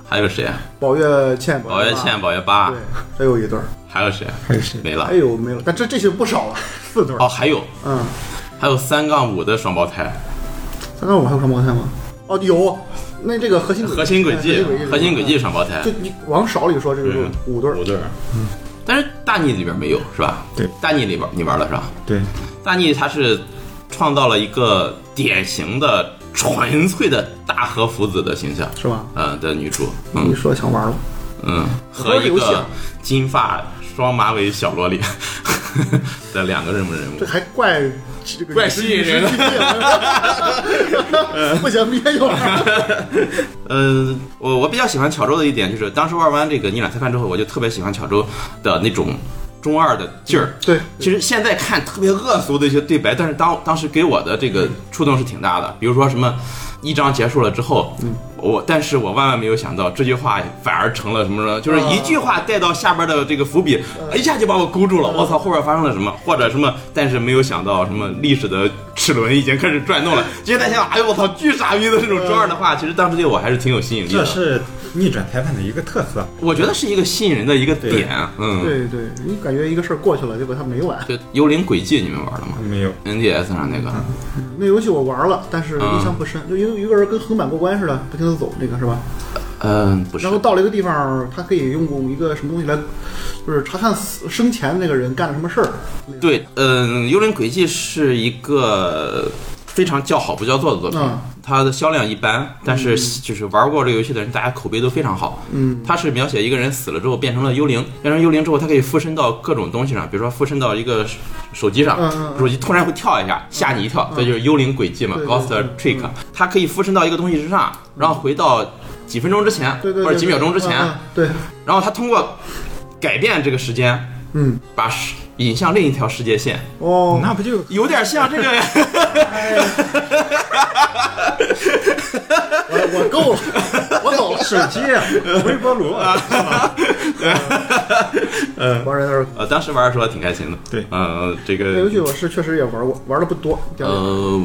A: 还有谁？啊
C: 宝月倩，
A: 宝月啊倩、
C: 宝
A: 宝月八
C: 对，，这又一对儿，
A: 还有谁？
B: 还有谁？
A: 没了
C: 哎。呦没有，但这这些不少了，
B: 四对儿
A: 哦，还有
C: 嗯，
A: 还有三杠五的双胞胎，
C: 三杠五还有双胞胎吗？哦，有，那这个核心
A: 核心轨迹
C: 哎轨迹，
A: 核心轨迹，双胞胎
C: 就，你往少里说，这就是五对儿
D: 五对儿，
A: 但是大逆里边没有是吧？
B: 对，
A: 大逆里边你玩了是吧？
B: 对，
A: 大逆他是创造了一个典型的纯粹的大和福子的形象，
C: 是吧？
A: 呃的女主，
C: 你
A: 嗯
C: 说想玩了，
A: 嗯，和一
C: 我都有
A: 个
C: 想
A: 金发双马尾小萝莉 的两个人物人物
C: 这，还怪这个
A: 怪吸引人的
C: 吸引人 不行，明天就玩。
A: 呃，我我比较喜欢巧周的一点就是，当时玩完这个逆转裁判之后，我就特别喜欢巧周的那种中二的劲儿。
C: 对，
A: 其实现在看特别恶俗的一些对白，但是当当时给我的这个触动是挺大的。比如说什么，一章结束了之后，我但是我万万没有想到这句话反而成了什么呢？就是一句话带到下边的这个伏笔，一下就把我勾住了。我操，后边发生了什么？或者什么？但是没有想到什么历史的齿轮已经开始转动了。直接在想，哎呦我操，巨傻逼的这种中二的话，其实当时对我还是挺有吸引力
B: 这
A: 的。
B: 是逆转裁判的一个特色。
A: 我觉得是一个吸引人的一个点。嗯，
C: 对对，你感觉一个事儿过去了，结果他没完。
A: 对，幽灵轨迹你们玩了吗
B: 没有，
A: ？NDS 上那个。
C: 那游戏我玩了，但是
A: 嗯
C: 印象不深，就因为一个人跟横版过关似的，不停的走那个是吧？
A: 嗯，不是
C: 然。后到了一个地方，他可以用一个什么东西来，就是查看死生前那个人干了什么事儿。
A: 对，嗯，《幽灵轨迹》是一个非常叫好不叫座的作品，
C: 嗯
A: 它的销量一般，但是就是玩过这个游戏的人，大家口碑都非常好。
C: 嗯，
A: 它是描写一个人死了之后变成了幽灵，变成幽灵之后，它可以附身到各种东西上，比如说附身到一个手手机上，
C: 嗯嗯嗯
A: 手机突然会跳一下，吓你一跳，这就是幽灵轨迹嘛
C: 对对嗯
A: ，Ghost
C: 对
A: Trick，它可以附身到一个东西之上，然后回到几分钟之前
C: 对对对，
A: 或者几秒钟之前，
C: 嗯嗯对，
A: 然后它通过改变这个时间，
C: 嗯，
A: 把时引向另一条世界线。
C: 哦，
B: 那不就
A: 有点像这个，
C: 我我够了，我 走了。
B: 手机、微波炉啊？
C: 玩人有点
A: 呃，当时玩的时候挺开心的。
B: 对
A: 呃，这
C: 那游
A: 个
C: 戏我是确实也玩过，玩的不多。掉了
A: 呃，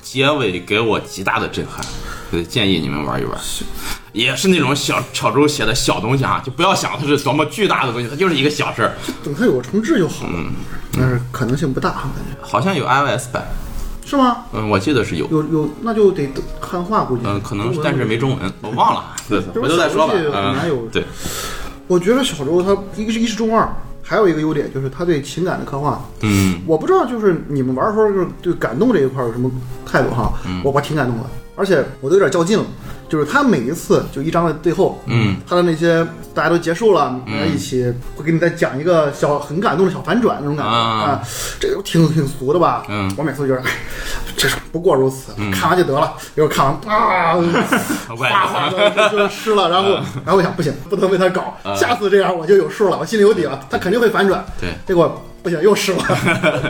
A: 结尾给我极大的震撼，所以建议你们玩一玩。也是那种小巧周写的小东西啊，就不要想它是多么巨大的东西，它就是一个小事儿。
C: 等它有个重置就好了，
A: 嗯
C: 但是可能性不大，我感觉
A: 好像有 iOS 版，
C: 是吗？
A: 嗯，我记得是有，
C: 有有，那就得汉化估计。
A: 嗯、可
C: 中
A: 能
C: 文
A: 但是没中文，我忘了，对，
C: 是
A: 回头再说吧。
C: 小游戏
A: 嗯、
C: 很难有
A: 对，
C: 我觉得小周他一个是一是中二，还有一个优点就是他对情感的刻画。
A: 嗯，
C: 我不知道就是你们玩的时候就是对感动这一块有什么态度哈？
A: 嗯
C: 我我挺感动的，而且我都有点较劲了。就是他每一次就一章的最后，
A: 嗯，
C: 他的那些大家都结束了，大家一起会给你再讲一个小很感动的小反转那种感觉
A: 啊
C: 啊，这个挺挺俗的吧？
A: 嗯
C: 我每次就觉得，哎， 这是不过如此，看完就得了。一会儿看完 啊，
A: 外
C: 哗哗的就湿了，然后
A: 啊
C: 然后我想不行，不能被他搞，下次这样我就有数了，我心里有底了，他肯定会反转。
A: 对
C: 结果不行又失 了。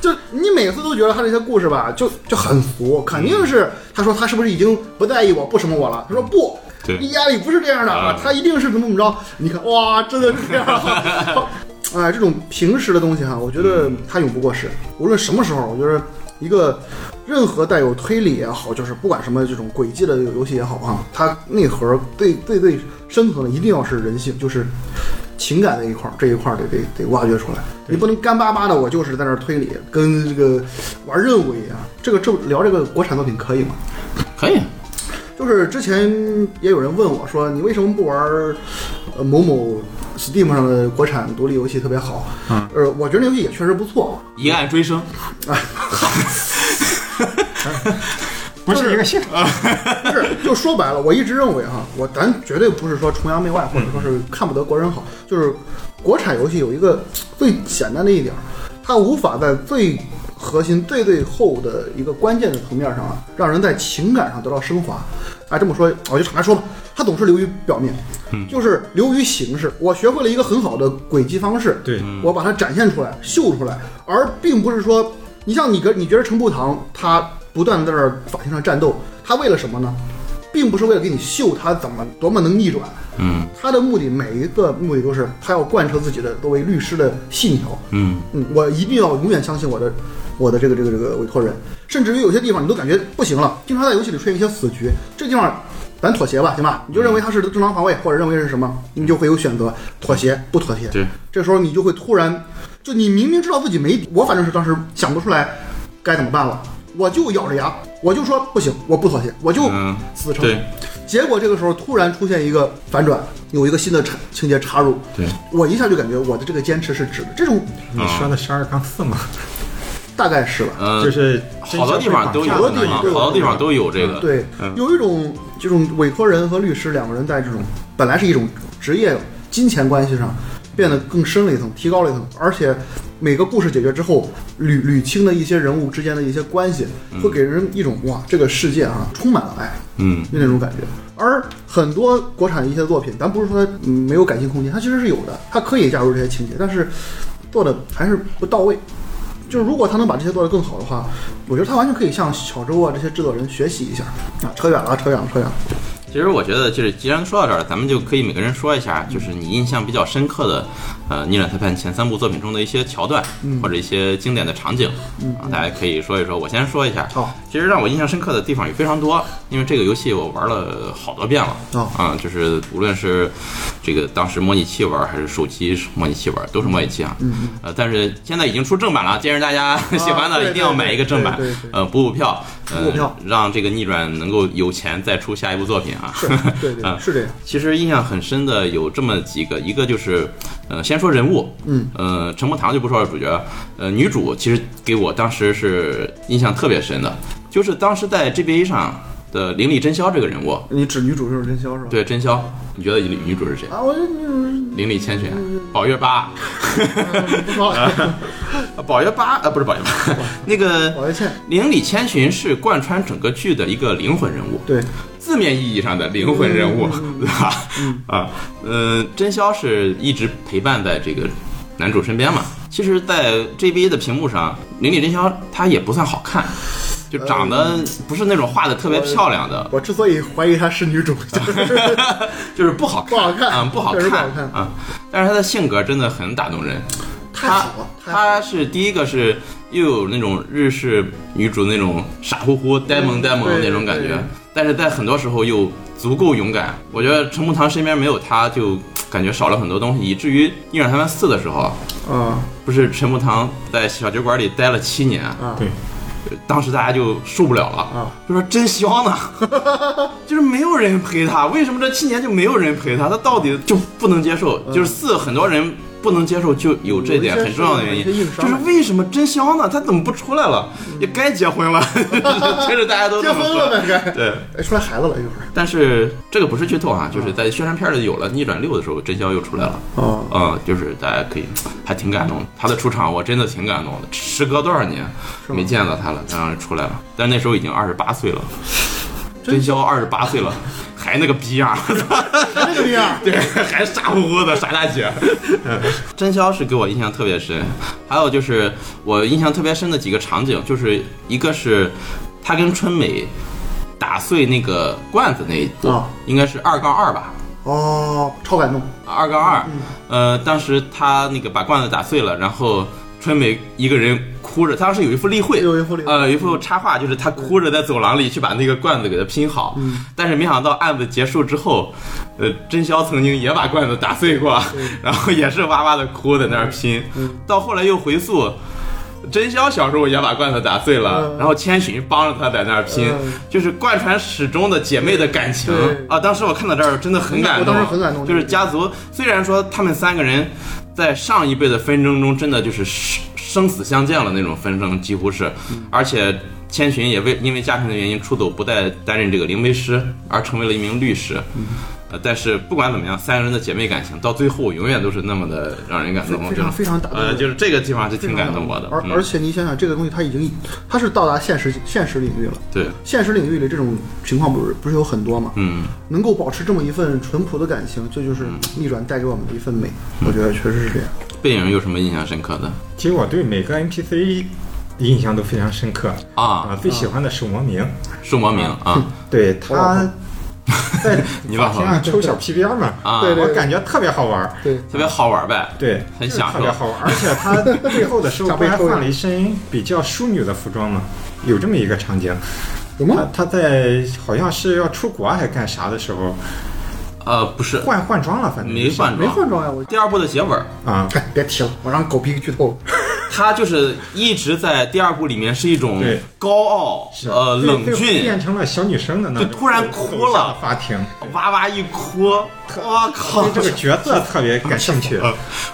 C: 就你每次都觉得他这些故事吧，就就很俗，肯定是他说他是不是已经不在意我不什么我了？他说不。
A: 对
C: 意大利不是这样的啊
A: 嗯，
C: 他一定是怎么怎么着？你看，哇，真的是这样啊！哎，这种平时的东西哈，我觉得它永不过时。无论什么时候，我觉得一个任何带有推理也好，就是不管什么这种轨迹的游戏也好啊，它内核最最最深层的一定要是人性，就是情感那一块儿，这一块儿得得得挖掘出来。你不能干巴巴的，我就是在那儿推理，跟这个玩任务一样。这个这聊这个国产作品可以吗？
A: 可
C: 嗯
A: 以，
C: 就是之前也有人问我说，你为什么不玩儿呃某某 Steam 上的国产独立游戏特别好？嗯，呃，我觉得那游戏也确实不错，
A: 一案追生，
B: 不是一个系
A: 啊
B: 统。
C: 不是，就说白了，我一直认为哈，我咱绝对不是说崇洋媚外，或者说是看不得国人好，就是国产游戏有一个最简单的一点儿，它无法在最核心、最最后的一个关键的层面上啊，让人在情感上得到升华。哎，这么说，我就坦白说吧，它总是流于表面，就是流于形式。我学会了一个很好的轨迹方式，
B: 对，
A: 嗯
C: 我把它展现出来、秀出来，而并不是说，你像你个你觉得程步堂他不断地在这儿法庭上战斗，他为了什么呢？并不是为了给你秀他怎么多么能逆转，
A: 嗯
C: 他的目的每一个目的都是他要贯彻自己的作为律师的信条，
A: 嗯，
C: 嗯，我一定要永远相信我的我的这个这个这个委托人，甚至于有些地方你都感觉不行了，经常在游戏里出现一些死局，这地方咱妥协吧，行吧？你就认为他是正当防卫，或者认为是什么，你就会有选择妥协不妥协。
A: 对，
C: 这时候你就会突然，就你明明知道自己没底，我反正是当时想不出来该怎么办了，我就咬着牙，我就说不行，我不妥协，我就
A: 嗯
C: 死撑。
A: 对，
C: 结果这个时候突然出现一个反转，有一个新的插情节插入，
A: 对
C: 我一下就感觉我的这个坚持是值的，这种
B: 你说的十二杠四嘛，
C: 大概是吧？
A: 嗯，
B: 就是
A: 好多地方都有，啊
C: 好多地方嗯
A: 好多地方都有这个，嗯
C: 对，有一种这种委托人和律师两个人在这种本来是一种职业金钱关系上变得更深了一层，提高了一层，而且每个故事解决之后捋捋清的一些人物之间的一些关系，会给人一种哇，这个世界啊充满了爱，
A: 嗯，
C: 就那种感觉。而很多国产一些作品，咱不是说它嗯没有改进空间，它其实是有的，它可以加入这些情节，但是做的还是不到位。就是如果他能把这些做得更好的话，我觉得他完全可以向小周啊这些制作人学习一下。啊，扯远了，扯远了，扯远了。
A: 其实我觉得，就是既然说到这儿，咱们就可以每个人说一下，就是你印象比较深刻的，呃，《逆转裁判》前三部作品中的一些桥段，
C: 嗯
A: 或者一些经典的场景，啊，大家可以说一说。我先说一下，
C: 好
A: 其实让我印象深刻的地方也非常多，因为这个游戏我玩了好多遍了，
C: 哦
A: 啊，就是无论是这个当时模拟器玩，还是手机模拟器玩，都是模拟器
C: 嗯
A: 啊，呃，但是现在已经出正版了，建议大家 喜欢的
C: 对
A: 一定要买一个正版
C: 对对对，
A: 呃，补补票，
C: 补
A: 呃
C: 补票，
A: 让这个逆转能够有钱再出下一部作品啊，
C: 是，对对，
A: 啊
C: 是这样。
A: 其实印象很深的有这么几个，一个就是，呃，先说人物，
C: 嗯，
A: 呃，陈木堂就不说了，主角，呃，女主其实给我当时是印象特别深的，就是当时在 GBA 上的林丽真宵这个人物，
C: 你指女主就是真宵是吧？
A: 对真宵，你觉得女女主是谁？
C: 啊，我这女
A: 林丽千寻、宝月八、
C: 主不说了，
A: 呃宝月八，呃，不是宝月八， 那个
C: 我要歉。
A: 林里千寻是贯穿整个剧的一个灵魂人物，
C: 对，
A: 字面意义上的灵魂人
C: 嗯
A: 物，对吧？啊，呃，真宵是一直陪伴在这个男主身边嘛。其实，在 JBA 的屏幕上，林里真宵她也不算好看，就长得
C: 呃
A: 不是那种画的特别漂亮的，
C: 我之所以怀疑她是女主，就是
A: 就是不好看，
C: 不好看
A: 嗯，不好
C: 确
A: 看，
C: 实不好看
A: 啊。但是她的性格真的很打动人，
C: 太
A: 她
C: 好了，太好
A: 她
C: 了
A: 是第一个是又有那种日式女主那种傻乎乎、呆萌呆萌的那种感
C: 对
A: 觉
C: 对对，
A: 但是在很多时候又足够勇敢。我觉得陈木堂身边没有她，就感觉少了很多东西，以至于《逆转裁判四》的时候，
C: 啊
A: 不是陈木堂在小酒馆里待了七年，
C: 啊！
B: 对，
A: 当时大家就受不了了，
C: 啊
A: 就说真香 呢，就是没有人陪他，为什么这七年就没有人陪他？他到底就不能接受，
C: 嗯
A: 就是四很多人不能接受，就有这点
C: 有一些
A: 很重要的原因
C: 有一些硬，伤嗯
A: 就是为什么真香呢？他怎么不出来了？也该结婚了， 接着大家都
C: 结
A: 这么
C: 婚
A: 说
C: 了呗，该
A: 对，
C: 哎出来孩子了，一会儿
A: 但是这个不是剧透啊，就是在宣传片里有了《逆转六》的时候，真香又出来了。
C: 哦，
A: 嗯，就是大家可以，还挺感动的。他的出场我真的挺感动的，时隔多少年
C: 吗
A: 没见到他了，当然出来了。但那时候已经二十八岁了，真宵二十八岁了，还那个逼样儿，
C: 还这个样儿。
A: 对，还傻乎乎的傻大 姐。真宵是给我印象特别深，还有就是我印象特别深的几个场景，就是一个是他跟春美打碎那个罐子那一步，
C: 啊
A: 应该是二杠二吧。啊
C: 哦，超感动，
A: 二杠二，
C: 嗯
A: 呃，当时他那个把罐子打碎了，然后春美一个人哭着，当时有一幅例会，
C: 有一幅例会
A: 呃，有一幅插画，就是他哭着在走廊里去把那个罐子给它拼好，
C: 嗯
A: 但是没想到案子结束之后，呃，真宵曾经也把罐子打碎过，然后也是哇哇的哭在那儿拼，到后来又回溯。真宵小时候也把罐子打碎了，
C: 嗯
A: 然后千寻帮着他在那儿拼，
C: 嗯
A: 就是贯穿始终的姐妹的感情
C: 对
A: 啊！当时我看到这儿真的很感
C: 我
A: 动，
C: 当时很感动
A: 就是家族虽然说他们三个人在上一辈的纷争中真的就是生生死相见了那种纷争，几乎是，
C: 嗯
A: 而且千寻也为因为家庭的原因出走，不再担任这个灵媒师，而成为了一名律师。呃，但是不管怎么样，三个人的姐妹感情到最后永远都是那么的让人感动。我
C: 非
A: 觉得
C: 常非常打动人
A: 呃，就是这个地方是挺感动我的。
C: 而
A: 嗯
C: 而且你想想，这个东西它已经它是到达现实现实领域了。
A: 对，
C: 现实领域里这种情况不是不是有很多吗？
A: 嗯，
C: 能够保持这么一份淳朴的感情，这就是逆转带给我们的一份美。
A: 嗯
C: 我觉得确实是这样。
A: 背影有什么印象深刻的
B: 其实我对每个 NPC 印象都非常深刻啊
A: 啊？，
B: 最喜欢的是魔明，
A: 树魔明
C: 嗯
A: 啊，
B: 对
C: 老
B: 他在
A: 你
B: 法
A: 忘
B: 庭
A: 了
B: 上抽小皮鞭儿嘛，
A: 啊
C: 对对
B: 我感觉特别好玩儿，
C: 对，
A: 特别好玩呗。
B: 对，
A: 很
B: 就是
A: 享
B: 特别
A: 受
B: 好玩儿。而且他最后的时候
C: 想
B: 不
C: 被
B: 还
C: 抽
B: 换了一身比较淑女的服装嘛，有这么一个场景。
C: 什
B: 他
C: 么？
B: 他在好像是要出国还干啥的时候
A: 呃，不是，
B: 换换装了，反正
A: 没换
C: 没
A: 装。
C: 换装呀？我
A: 第二部的结尾儿，
B: 啊，
C: 哎，别提了，我让狗屁剧透了。
A: 他就是一直在第二部里面是一种
B: 对
A: 高傲、呃
B: 对
A: 冷
B: 最后
A: 峻
B: 变，成了小女生的那
A: 就
B: 种
A: 突然
B: 走
A: 哭
B: 上
A: 了
B: 法庭。
A: 哇哇一哭，我靠
B: 对！这个角色特别感 兴趣，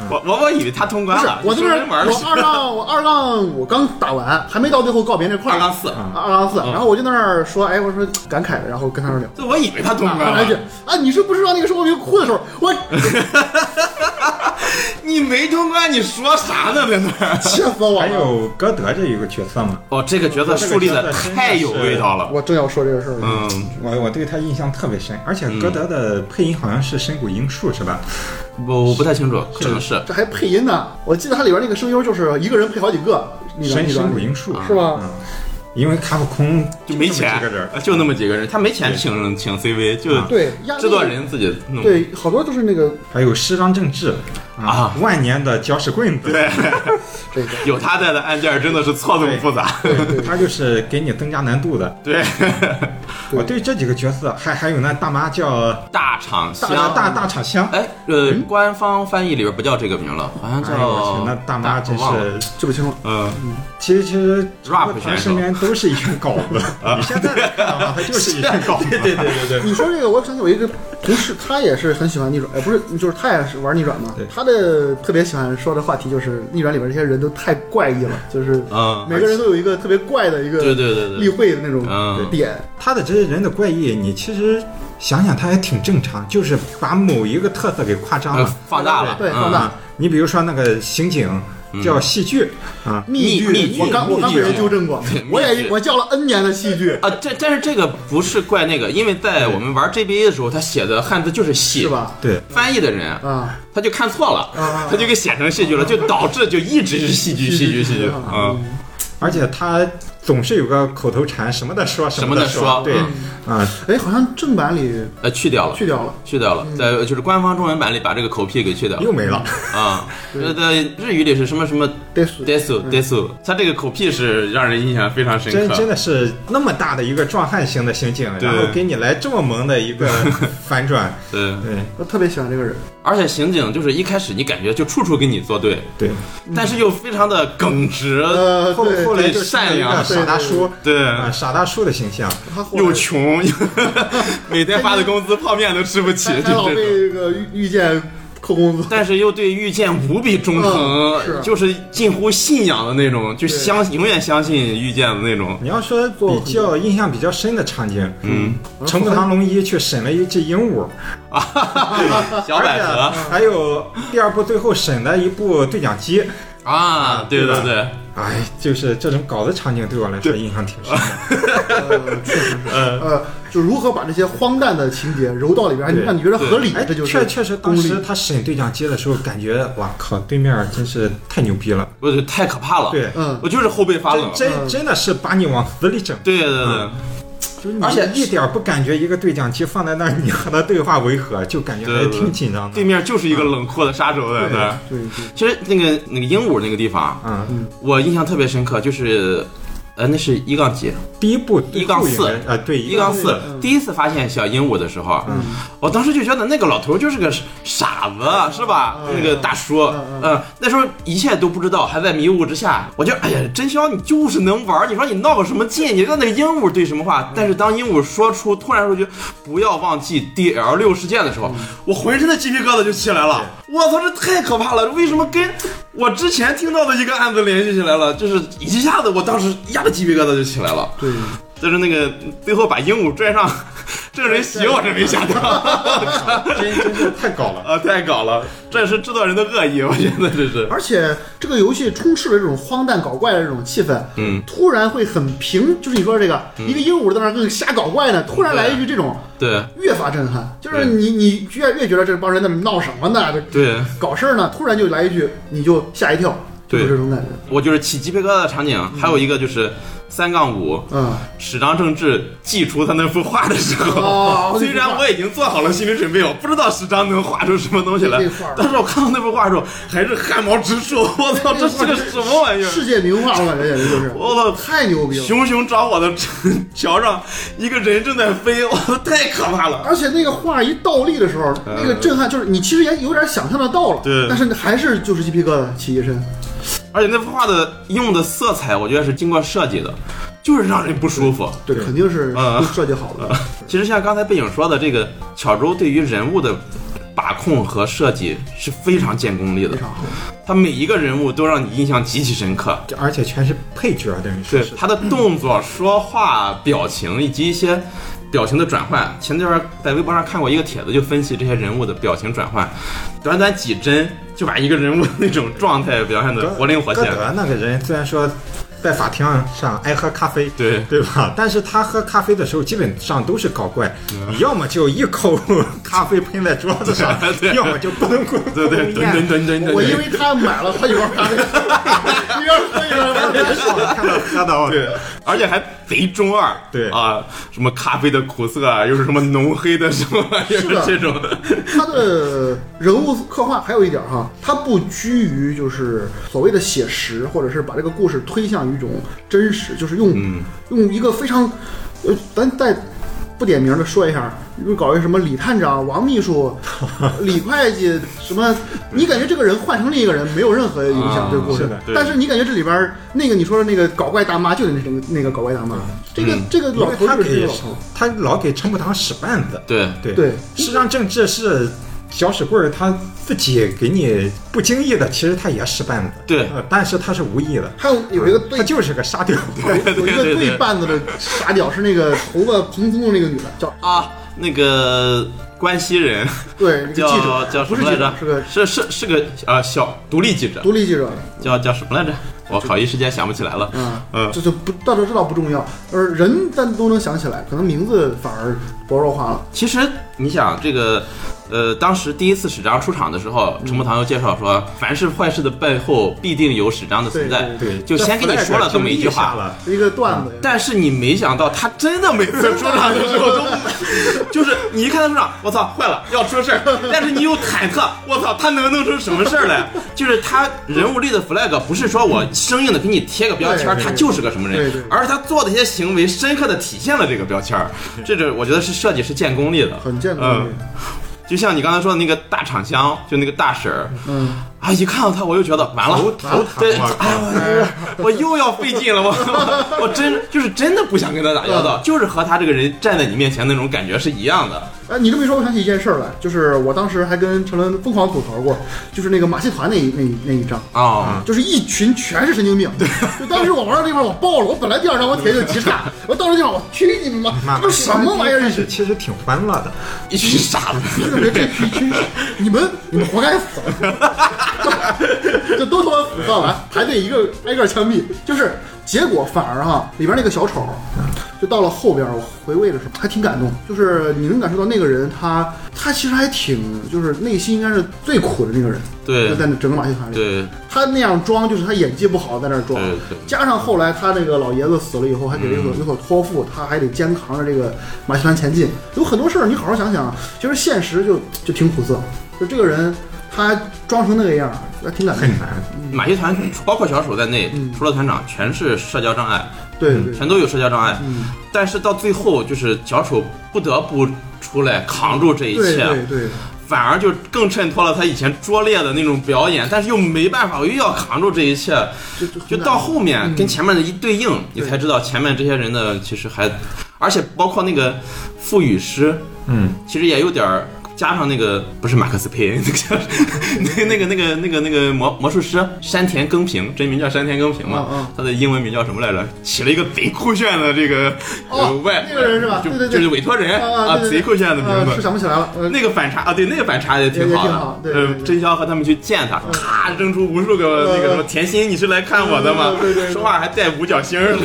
A: 我我我以为他通
C: 不
A: 关
C: 是
A: 了，，
C: 我这边
A: 人玩了
C: 我二杠我二杠五刚打完，还没到最后告别那块
A: 二
C: 儿，
A: 杠四，嗯
C: 啊二杠四，然后我就在那儿说，哎，我说感慨，然后跟他们聊。
A: 这我以为他通关
C: 哎这
A: 了，
C: 啊！你是不知道那个时候我哭的时候， 我
A: 你没通关，你说啥呢？在那儿
C: 气死我
B: 还
C: 了！
B: 有歌德这一个角色嘛，
A: 哦，这个角色树立的太有味道了，
C: 我正要说这个事儿呢，
A: 嗯。
B: 我我对他印象特别深，而且歌德的配音好像是深谷英树是吧？
A: 我我不太清楚，可能是
C: 这还配音呢。我记得它里边那个声优就是一个人配好几个，你知道
B: 深
C: 你知道
B: 深谷英树
C: 啊是吧？
B: 嗯，因为卡普空
A: 就没
B: 这么
A: 钱
B: 几个人，，
A: 就那么几个人，他没钱请请 CV，就
C: 对，压力
A: 制作人自己弄。
C: 对，好多就是那个
B: 还有师张正治
A: 啊
B: 万年的搅屎棍子，
A: 对，
C: 这个，
A: 有他在的按键真的是错综复杂。
B: 他就是给你增加难度的。
A: 对，
B: 我对这几个角色，还还有那大妈叫
A: 大厂
B: 大
A: 香
B: 大大厂香，
A: 哎，呃，官方翻译里边不叫这个名了，好像
B: 哎呦我
A: 叫
B: 去，那大妈真
A: 忘了
B: 是，
C: 记不清了。
A: 嗯，
B: 其实其实
A: Rap 选
B: 咱
A: 手
B: 身边都是一群稿 子，啊你现在看的话，它就是一群稿子，对对对对
C: 你说这个，我想起我一个同事，他也是很喜欢逆转，哎，不是，就是他也是玩逆转嘛
B: 对。
C: 他的特别喜欢说的话题就是逆转里边这些人都太怪异了，就是
A: 嗯
C: 每个人都有一个特别怪的一个
A: 对对对对
C: 例会的那种
A: 嗯
C: 点。
B: 他的这些人的怪异，你其实想想，他还挺正常，就是把某一个特色给夸张
A: 呃
B: 了。
A: 放大了，
C: 对
A: 嗯
C: 放大
B: 啊，你比如说那个刑警叫戏剧啊，
C: 密
A: 密
C: 我刚
A: 密
C: 我刚
A: 密
C: 被人
A: 剧
C: 纠正过
A: 对，密
C: 我也
A: 剧
C: 我叫了 N 年的戏剧，
A: 啊，这但是这个不是怪那个，因为在我们玩 GBA 的时候，他写的汉字就是戏
C: 是，吧？
B: 对，
A: 翻译的人
C: 啊，
A: 他就看错了
C: 啊，
A: 他就给写成戏剧了，就导致就一直是戏剧戏剧戏剧，
C: 啊
A: 嗯，
B: 而且他总是有个口头禅，什么的说
A: 什
B: 么
A: 么的
B: 说
A: 说，嗯
B: 对啊，
C: 哎，好像正版里
A: 呃，去掉了，
C: 去掉了。
A: 去掉了，在就是官方中文版里把这个口癖给去掉
B: 又
A: 了
B: 没了。
A: 啊，呃，在日语里是什么什么
C: desu
A: desu desu，他这个口癖是让人印象非常深
B: 真真
A: 刻。
B: 的是那么大的一个壮汉型的刑警，
A: 嗯对
B: 然后给你来这么萌的一 个反转，
A: 对，
B: 对
C: 我特别喜欢这个人，
A: 而且刑警就是一开始你感觉就处处跟你作对，
B: 对。
A: 但是又非常的耿直，
C: 呃，
B: 后
C: 对
B: 后来
A: 对
B: 就是
A: 善
B: 一
A: 良
B: 个傻大叔，
A: 对，
B: 啊，傻大叔的形象，
C: 他后 来
A: 又穷，每天发的工资泡面都吃不起，
C: 还
A: 就
C: 还老被
A: 是。
C: 这个遇遇见扣工资，
A: 但是又对遇见无比忠诚，
C: 嗯是
A: 就是近乎信仰的那种，就
C: 对
A: 相永远相信遇见的那种。
B: 你要说比较印象比较深的场景， 嗯，成步堂龙一去审了一只鹦鹉，
A: 小
B: 而
A: 百合
B: 且还有第二部最后审了一部对讲机，
A: 啊，对对
B: 对
A: 对，
B: 哎，就是这种搞的场景对我来说印象挺 深的。
A: 嗯
C: 呃，确实是，呃，就如何把这些荒诞的情节揉到里边，
B: 对
C: 让你觉得合理，
B: 哎，
C: 这就是
B: 确确实当
C: 功
B: 时
C: 力
B: 他审对讲机的时候，感觉哇靠，对面真是太牛逼了，
A: 我觉得太可怕了。
B: 对，
C: 嗯，
A: 我就是后背发冷。
B: 真
C: 嗯
B: 真真的是把你往死里整。
A: 对对对
B: 嗯，就是你
A: 而且
B: 一点不感觉一个对讲机放在那儿，你和他对话违和，就感觉
A: 对
B: 还
A: 对
B: 挺紧张
A: 对
B: 的。
A: 面就是一个冷酷的杀手在那儿。
C: 对对，
A: 其实那个那个鹦鹉那个地方，
B: 嗯，
A: 我印象特别深刻，就是。呃，那是一杠几？
B: 第一部
A: 一杠四
B: 啊，对，
A: 一杠四
C: 嗯。
A: 第一次发现小鹦鹉的时候，啊
B: 嗯
A: 我当时就觉得那个老头就是个傻子，是吧？那个大叔，
C: 嗯
A: 嗯，那时候一切都不知道，还在迷雾之下。我就哎呀，真潇，你就是能玩儿，你说你闹个什么劲？你让那个鹦鹉对什么话？但是当鹦鹉说出突然说句“不要忘记 DL 六事件”的时候，我浑身的鸡皮疙瘩就起来了。我操，这太可怕了！为什么跟我之前听到的一个案子联系起来了？就是一下子，我当时一下子鸡皮疙瘩就起来了。
C: 对，
A: 就是那个最后把鹦鹉拽上， 这个人洗我真没想到，
B: 真真是太搞了。
A: 啊，太搞了，这是制作人的恶意，我觉得这是。
C: 而且这个游戏充斥了这种荒诞搞怪的这种气氛，嗯，突然会很平，就是你说这个
A: 嗯
C: 一个鹦鹉在那儿更瞎搞怪呢，突然来一句这种。
A: 对
C: 越发震撼，就是
A: 对
C: 你你越越觉得这帮人在闹什么呢？这
A: 对，
C: 搞事儿呢，突然就来一句，你就吓一跳，就
A: 对
C: 是这种感觉。
A: 我就是起鸡皮疙瘩的场景，还有一个就是三杠五。
C: 嗯，
A: 史张正治祭出他那幅画的时候，
C: 哦
A: 虽然我已经做好了心理准备，我不知道史张能画出什么东西来
C: 那画，
A: 但是我看到那幅画的时候，还是汗毛直竖。我操，这是个什么玩意儿？
C: 世界名画，我感觉简直就是，
A: 哎我操
C: 太牛逼了！
A: 熊熊着火的 桥上，一个人正在飞，我操，太可怕了。
C: 而且那个画一倒立的时候，那个震撼就是你其实也有点想象得到了，
A: 对
C: 但是还是就是鸡皮疙瘩起一身。
A: 而且那幅画的用的色彩，我觉得是经过设计的，就是让人不舒服。
C: 对，肯定是
A: 嗯
C: 设计好的。
A: 其实像刚才背影说的，这个巧周对于人物的把控和设计是非常见功力的
C: 非，常好，
A: 他每一个人物都让你印象极其深刻。
D: 而且全是配角的，你说
A: 对他的动作、说话、表情以及一些表情的转换，前段儿在微博上看过一个帖子，就分析这些人物的表情转换，短短几帧就把一个人物那种状态表现的活灵活
D: 歌
A: 现。
D: 德那个人虽然说在法庭上爱喝咖啡，
A: 对
D: 对吧？但是他喝咖啡的时候基本上都是搞怪，
A: 嗯
D: 你要么就一口咖啡喷在桌子上，
A: 对
D: 要么就滚滚
A: 对对，
D: 滚
A: 对对
D: 面。
A: 对对对，
C: 我因为他买了好几包咖啡， 一边喝一边
D: 特
C: 玩
D: 别爽，看到喝到
A: 对，而且还贼中二，
D: 对
A: 啊，什么咖啡的苦涩啊，又是什么浓黑的什么，又是
C: 是的
A: 这种，
C: 他的人物刻画还有一点哈，他不拘于就是所谓的写实，或者是把这个故事推向于一种真实，就是用、
A: 嗯
C: 用一个非常，呃，咱再不点名的说一下，又搞一什么李探长、王 秘书、李会计什么，你感觉这个人换成另一个人没有任何影响
A: 啊
C: 对故事，
D: 是的
A: 对
C: 但是你感觉这里边儿那个你说的那个搞怪大妈就是那种那个搞怪大妈，这
A: 嗯
C: 个、这个
D: 因
C: 老
D: 为
C: 头
D: 他
C: 儿就是这
D: 给
C: 个老头儿，
D: 他老给陈步堂使绊子，
A: 对，
D: 对
C: 对
D: 实际上政治是搅屎棍儿，他自己给你不经意的，其实他也使绊子，
A: 对
D: 呃但是他是无意的，
C: 还有有一个对
D: 他就是个沙雕。
C: 有一个对半子的傻屌是那个头发蓬松的那个女的，叫
A: 啊，那个关西人
C: 对，那个
A: 叫
C: 记者
A: 叫什
C: 不
A: 么来
C: 是记
A: 着
C: 者，？是个
A: 是是是个啊小独立记者，
C: 独立记者，
A: 叫叫什么来着？我靠，一时间想不起来了。
C: 嗯
A: 嗯
C: 这就不到这知道不重要，而人咱都能想起来，可能名字反而薄弱化了。
A: 其实你想这个，呃，当时第一次史章出场的时候，陈木堂又介绍说，凡是坏事的背后必定有史章的存在
C: 对，
D: 对，
A: 就先给你说了这么一句话。
D: 了。
C: 一个段子，
A: 但是你没想到，他真的每次出场的时候 都，就是你一看他出场，我操，坏了，要出 事儿。但是你又忐忑，我操，他能弄出什么事儿 来？就是他人物立的 flag，不是说我生硬的给你贴个标签儿，
C: 对对
A: 他就是个什么人
C: 对对，
A: 而是他做的一些行为深刻的体现了这个标签儿。这是我觉得是设计是见功力的，
C: 很见功
A: 嗯
C: 力。
A: 就像你刚才说的那个大厂香，就那个大婶儿，
C: 嗯，
A: 啊，一看到他我又觉得完了，
D: 头头疼
A: 对，
D: 我靠
A: 哎呀，我我又要费劲了，我我我真就是真的不想跟他打交道，就是和他这个人站在你面前那种感觉是一样的。
C: 哎，你这么一说，我想起一件事儿来，就是我当时还跟陈伦疯狂吐槽过，就是那个马戏团那一那一那一章。
A: 啊，
C: 就是一群全是神经病，就当时我玩的地方我爆了，我本来第二张我铁就急 岔，我到这地方我去你妈，这都什么玩意儿？
D: 是其实挺欢乐的，
A: 一群傻
C: 这
A: 子，
C: 个人这批真是，你们你们活该死，就都他妈死算完，排队一个挨个枪毙，就是结果反而哈、里边那个小丑，就到了后边我回味的时候还挺感动，就是你能感受到那个人他他其实还挺就是内心应该是最苦的那个人，
A: 对
C: 就在那整个马戏团里，
A: 对
C: 他那样装就是他演技不好，在那儿装
A: 对对，
C: 加上后来他那个老爷子死了以后，还给了有
A: 嗯
C: 所有所托付，他还得肩扛着这个马戏团前进。有很多事儿，你好好想想，其实现实就就挺苦涩。就这个人，他装成那个样儿，还挺感动
D: 很。
A: 嗯
D: 难。
A: 马戏团包括小丑在内，除了团长，全是社交障碍，
C: 对对对，
A: 全都有社交障碍。
C: 嗯，
A: 但是到最后，就是小丑不得不出来扛住这一
C: 对
A: 切，啊
C: 对对，
A: 反而就更衬托了他以前拙劣的那种表演，但是又没办法，我又要扛住这一切。
C: 就就嗯
A: 就
C: 很
A: 到
C: 感
A: 后面跟前面的一对应，你才知道前面这些人的其实还，而且包括那个赋语诗，
D: 嗯，
A: 其实也有点儿加上那个不是马克思佩恩，那个叫那个那个那个那个那个魔魔术师山田耕平，真名叫山田耕平嘛，
C: 嗯嗯
A: 他的英文名叫什么来着？起了一个贼酷炫的这个、呃
C: 哦
A: 外，
C: 那个人是吧
A: 就
C: 对对对
A: 就是委托人
C: 啊对对
A: 贼酷炫的名
C: 呃
A: 字，
C: 是想不起来了。呃，
A: 那个反差啊，对，那个反差也挺好
C: 也也
A: 的。
C: 挺好对对
A: 呃，
C: 对嗯
A: 真宵和他们去见他，咔扔出无数个那个什么甜心，你是来看我的吗？
C: 对对对
A: 说话还带五角星儿。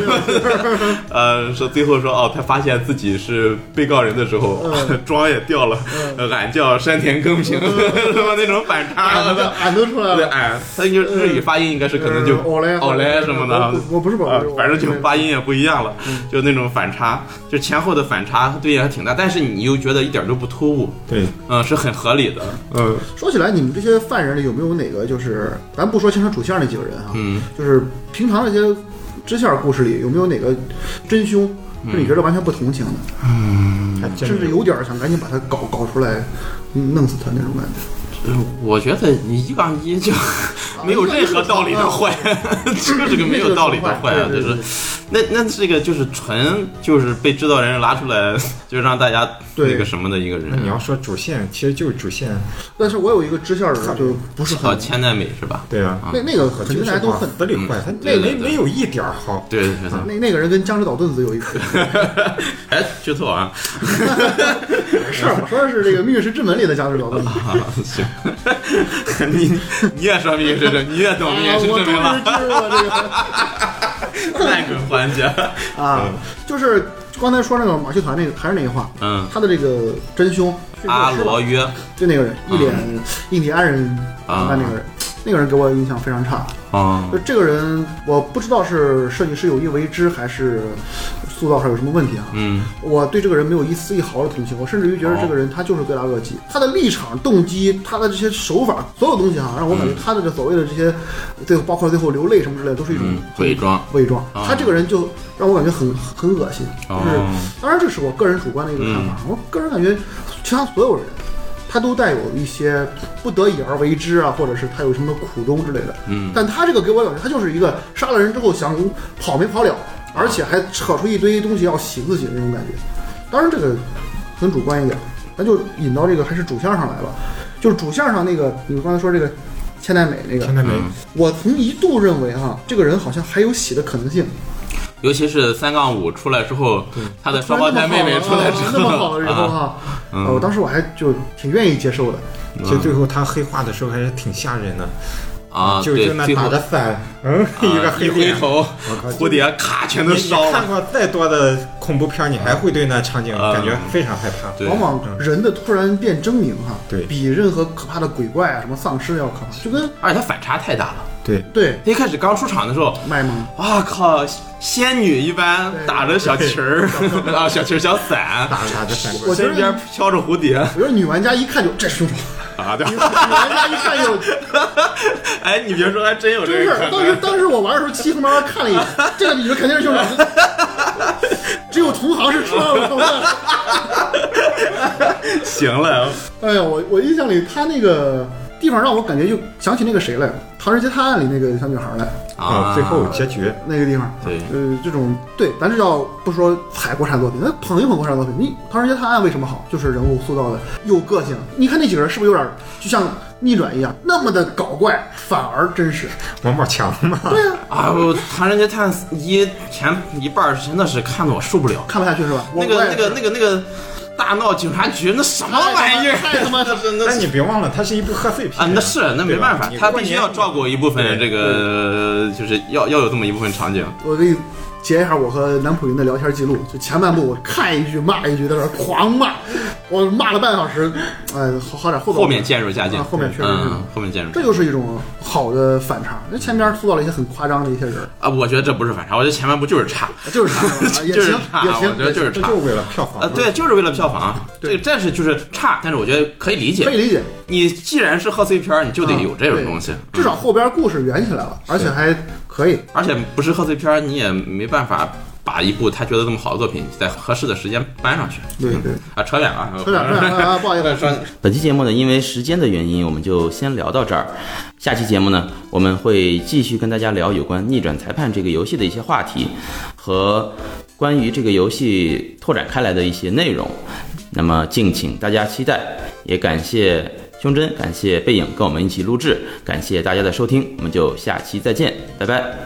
A: 呃，说最后说哦，他发现自己是被告人的时候，
C: 嗯
A: 妆也掉了，呃俺叫山田 耕平，什么那种反差。
C: 俺都俺都出来
A: 对，
C: 了。
A: 俺他就日语发音应该是可能就
C: 呃偶嘞
A: 偶嘞什么的
C: 我，不我不是嗯宝
A: 啊，
C: 贝，我
A: 反正就发音也不一样了，就那种反差，就前后的反差对应还挺大，但是你又觉得一点都不突兀，
D: 对，
A: 嗯，是很合理的。
D: 呃，
C: 说起来，你们这些犯人里有没有哪个就是，咱不说青山楚相那几个人啊，
A: 嗯，
C: 就是平常那些支线故事里有没有哪个真凶是
A: 嗯
C: 你觉得完全不同情的，
D: 还真
C: 甚至
D: 是
C: 有点想赶紧把他搞搞出来，嗯弄死他那种感觉？
A: 我觉得你一杠一就没有任何道理的坏， 就是个没有道理的坏啊，
C: 对
A: 就
C: 对对
A: 是那那这个就是纯就是被制造人拉出来，就是让大家
C: 对
A: 那个什么的一个
D: 你
A: 人，
D: 要说主线，其实就是主线，
C: 但是我有一个支线人就不是
A: 啊，
C: 很，
A: 千代美是吧？
D: 对啊，
C: 那那个
D: 我
C: 肯
D: 就
C: 定
D: 是
C: 大家都
D: 往
C: 很，
D: 死里坏，他
A: 嗯对
D: 那
A: 对
D: 没
A: 对
D: 没有一点儿好。
A: 对对对，
C: 那那个人跟僵尸岛盾子有一腿，
A: 哎，剧透啊，
C: 没事儿，我说的是这个《命运石之门》里的僵尸岛盾子。
A: 啊行， 你你也说明是这，你也懂明
C: 啊
A: 是
C: 我
A: 证
C: 终于
A: 明了，
C: 知道这 个
A: 那个环节，
C: 啊，就是刚才说那个马戏团那个还是那句话，
A: 嗯，
C: 他的这个真凶是
A: 阿
C: 那个
A: 罗
C: 是吧
A: 约
C: 就那个人一脸印第安人那那个人，那个人给我印象非常差。
A: 啊
C: 就这个人，我不知道是设计师有意为之，还是塑造上有什么问题啊。
A: 嗯
C: 我对这个人没有一丝一毫的同情，我甚至于觉得这个人他就是罪大恶
A: 哦
C: 极，他的立场、动机、他的这些手法，所有东西啊，让我感觉他的这所谓的这些，最后包括最后流泪什么之类的，都是一种
A: 嗯，伪装，
C: 伪装。
A: 啊
C: 他这个人就让我感觉很很恶心，就是
A: 哦
C: 当然这是我个人主观的一个看法，我个人感觉其他所有人。他都带有一些不得已而为之啊，或者是他有什么苦衷之类的。
A: 嗯，
C: 但他这个给我感觉，他就是一个杀了人之后想跑没跑了，而且还扯出一堆东西要洗自己的那种感觉。当然，这个很主观一点，咱就引到这个还是主线上来吧。就是主线上那个，你刚才说这个千代美那个
D: 现，在没，
A: 嗯
C: 我曾一度认为哈、这个人好像还有洗的可能性。
A: 尤其是三杠五出来之后，他的双胞胎妹妹出来之
C: 那么好
A: 后，
C: 了以后
A: 啊，
C: 哈，呃我当时我还就挺愿意接受的。
A: 嗯
D: 其实最后他黑化的时候还是挺吓人的，
A: 啊，
D: 就
A: 对
D: 就那
A: 最
D: 打
A: 后
D: 的伞，嗯，一个
A: 啊
D: 黑
A: 一回
D: 脸。
A: 头，
D: 靠
A: 蝴蝶咔全
D: 你
A: 都
D: 你
A: 烧
D: 看
A: 了。
D: 过再多的恐怖片，你还会对那场景
A: 嗯
D: 感觉非常害怕。
A: 对
C: 往往人的突然变狰狞哈，
D: 对
C: 比任何可怕的鬼怪啊、什么丧尸要可怕，就跟
A: 而且他反差太大了。
D: 对，
C: 对
A: 他一开始刚出场的时候，
C: 卖萌。
A: 哇靠，仙女一般打着小旗儿 啊，小旗儿小伞，
D: 打打着伞，
C: 我觉得
A: 身边飘着蝴蝶
C: 我觉得女玩家一看就这是凶手，
A: 啊，对
C: 女。玩家一看就
A: 哎，你别说，还真有
C: 真
A: 这
C: 是
A: 个可。
C: 当时当时我玩的时候，七横八看了一眼，这个女的肯定是凶手。只有同行是知道的。
A: 行了，
C: 哎呀，我我印象里他那个地方让我感觉就想起那个谁来，《唐人街探案》里那个小女孩来
D: 啊，最后结局
C: 那个地方。
A: 对
C: 呃，这种对，咱这叫不说踩国产作品，那捧一捧国产作品。你《唐人街探案》为什么好？就是人物塑造的有个性。你看那几个人是不是有点就像逆转一样，那么的搞怪，反而真实？
D: 王宝强嘛，
C: 对呀、
A: 啊，我《唐人街探案一》前一半儿真的是看得我受不了。
C: 看不下去是吧？我
A: 那个
C: 我也
A: 那个那个那个大闹警察局，那什么玩意儿？
C: 太 他妈的
A: 那那
D: 但你别忘了，它是一部贺岁片
A: 啊，那是那没办法
D: 对吧，你
A: 他
D: 过
A: 必须
D: 年
A: 要照顾一部分这个，就是要要有这么一部分场景。
C: 我给你截一下我和南浦云的聊天记录，就前半部我看一句骂一句，在那儿狂骂，我骂了半个小时，哎，好好点，后半部
A: 后面渐入佳境，
C: 啊后面确实是
A: 嗯，后面渐入佳
C: 这
A: 境。
C: 就是一种好的反差。那前边塑造了一些很夸张的一些人儿，
A: 啊，我觉得这不是反差，我觉得前半部就是差。
C: 就是差是吧啊也
A: 就是
C: 行
A: 差
C: 也行，
A: 我觉得就是
D: 这
A: 差
D: 就为了票
A: 啊，
D: 房。
A: 对，就是为了票房，对，但是就是差，但是我觉得可以理
C: 可以
A: 解。
C: 理解，
A: 你既然是贺岁片儿，你就得有这种东西嗯
C: 啊。对至少后边故事圆起来了，而且还可以。
A: 而且不是贺岁片儿，你也没办法把一部他觉得这么好的作品，在合适的时间搬上去。
C: 对对，
A: 啊，扯远了，
C: 说点说点 啊，不好意思，
A: 说
E: 本期节目呢，因为时间的原因，我们就先聊到这儿。下期节目呢，我们会继续跟大家聊有关《逆转裁判》这个游戏的一些话题，和关于这个游戏拓展开来的一些内容。那么敬请大家期待，也感谢胸针，感谢背影跟我们一起录制，感谢大家的收听，我们就下期再见，拜拜。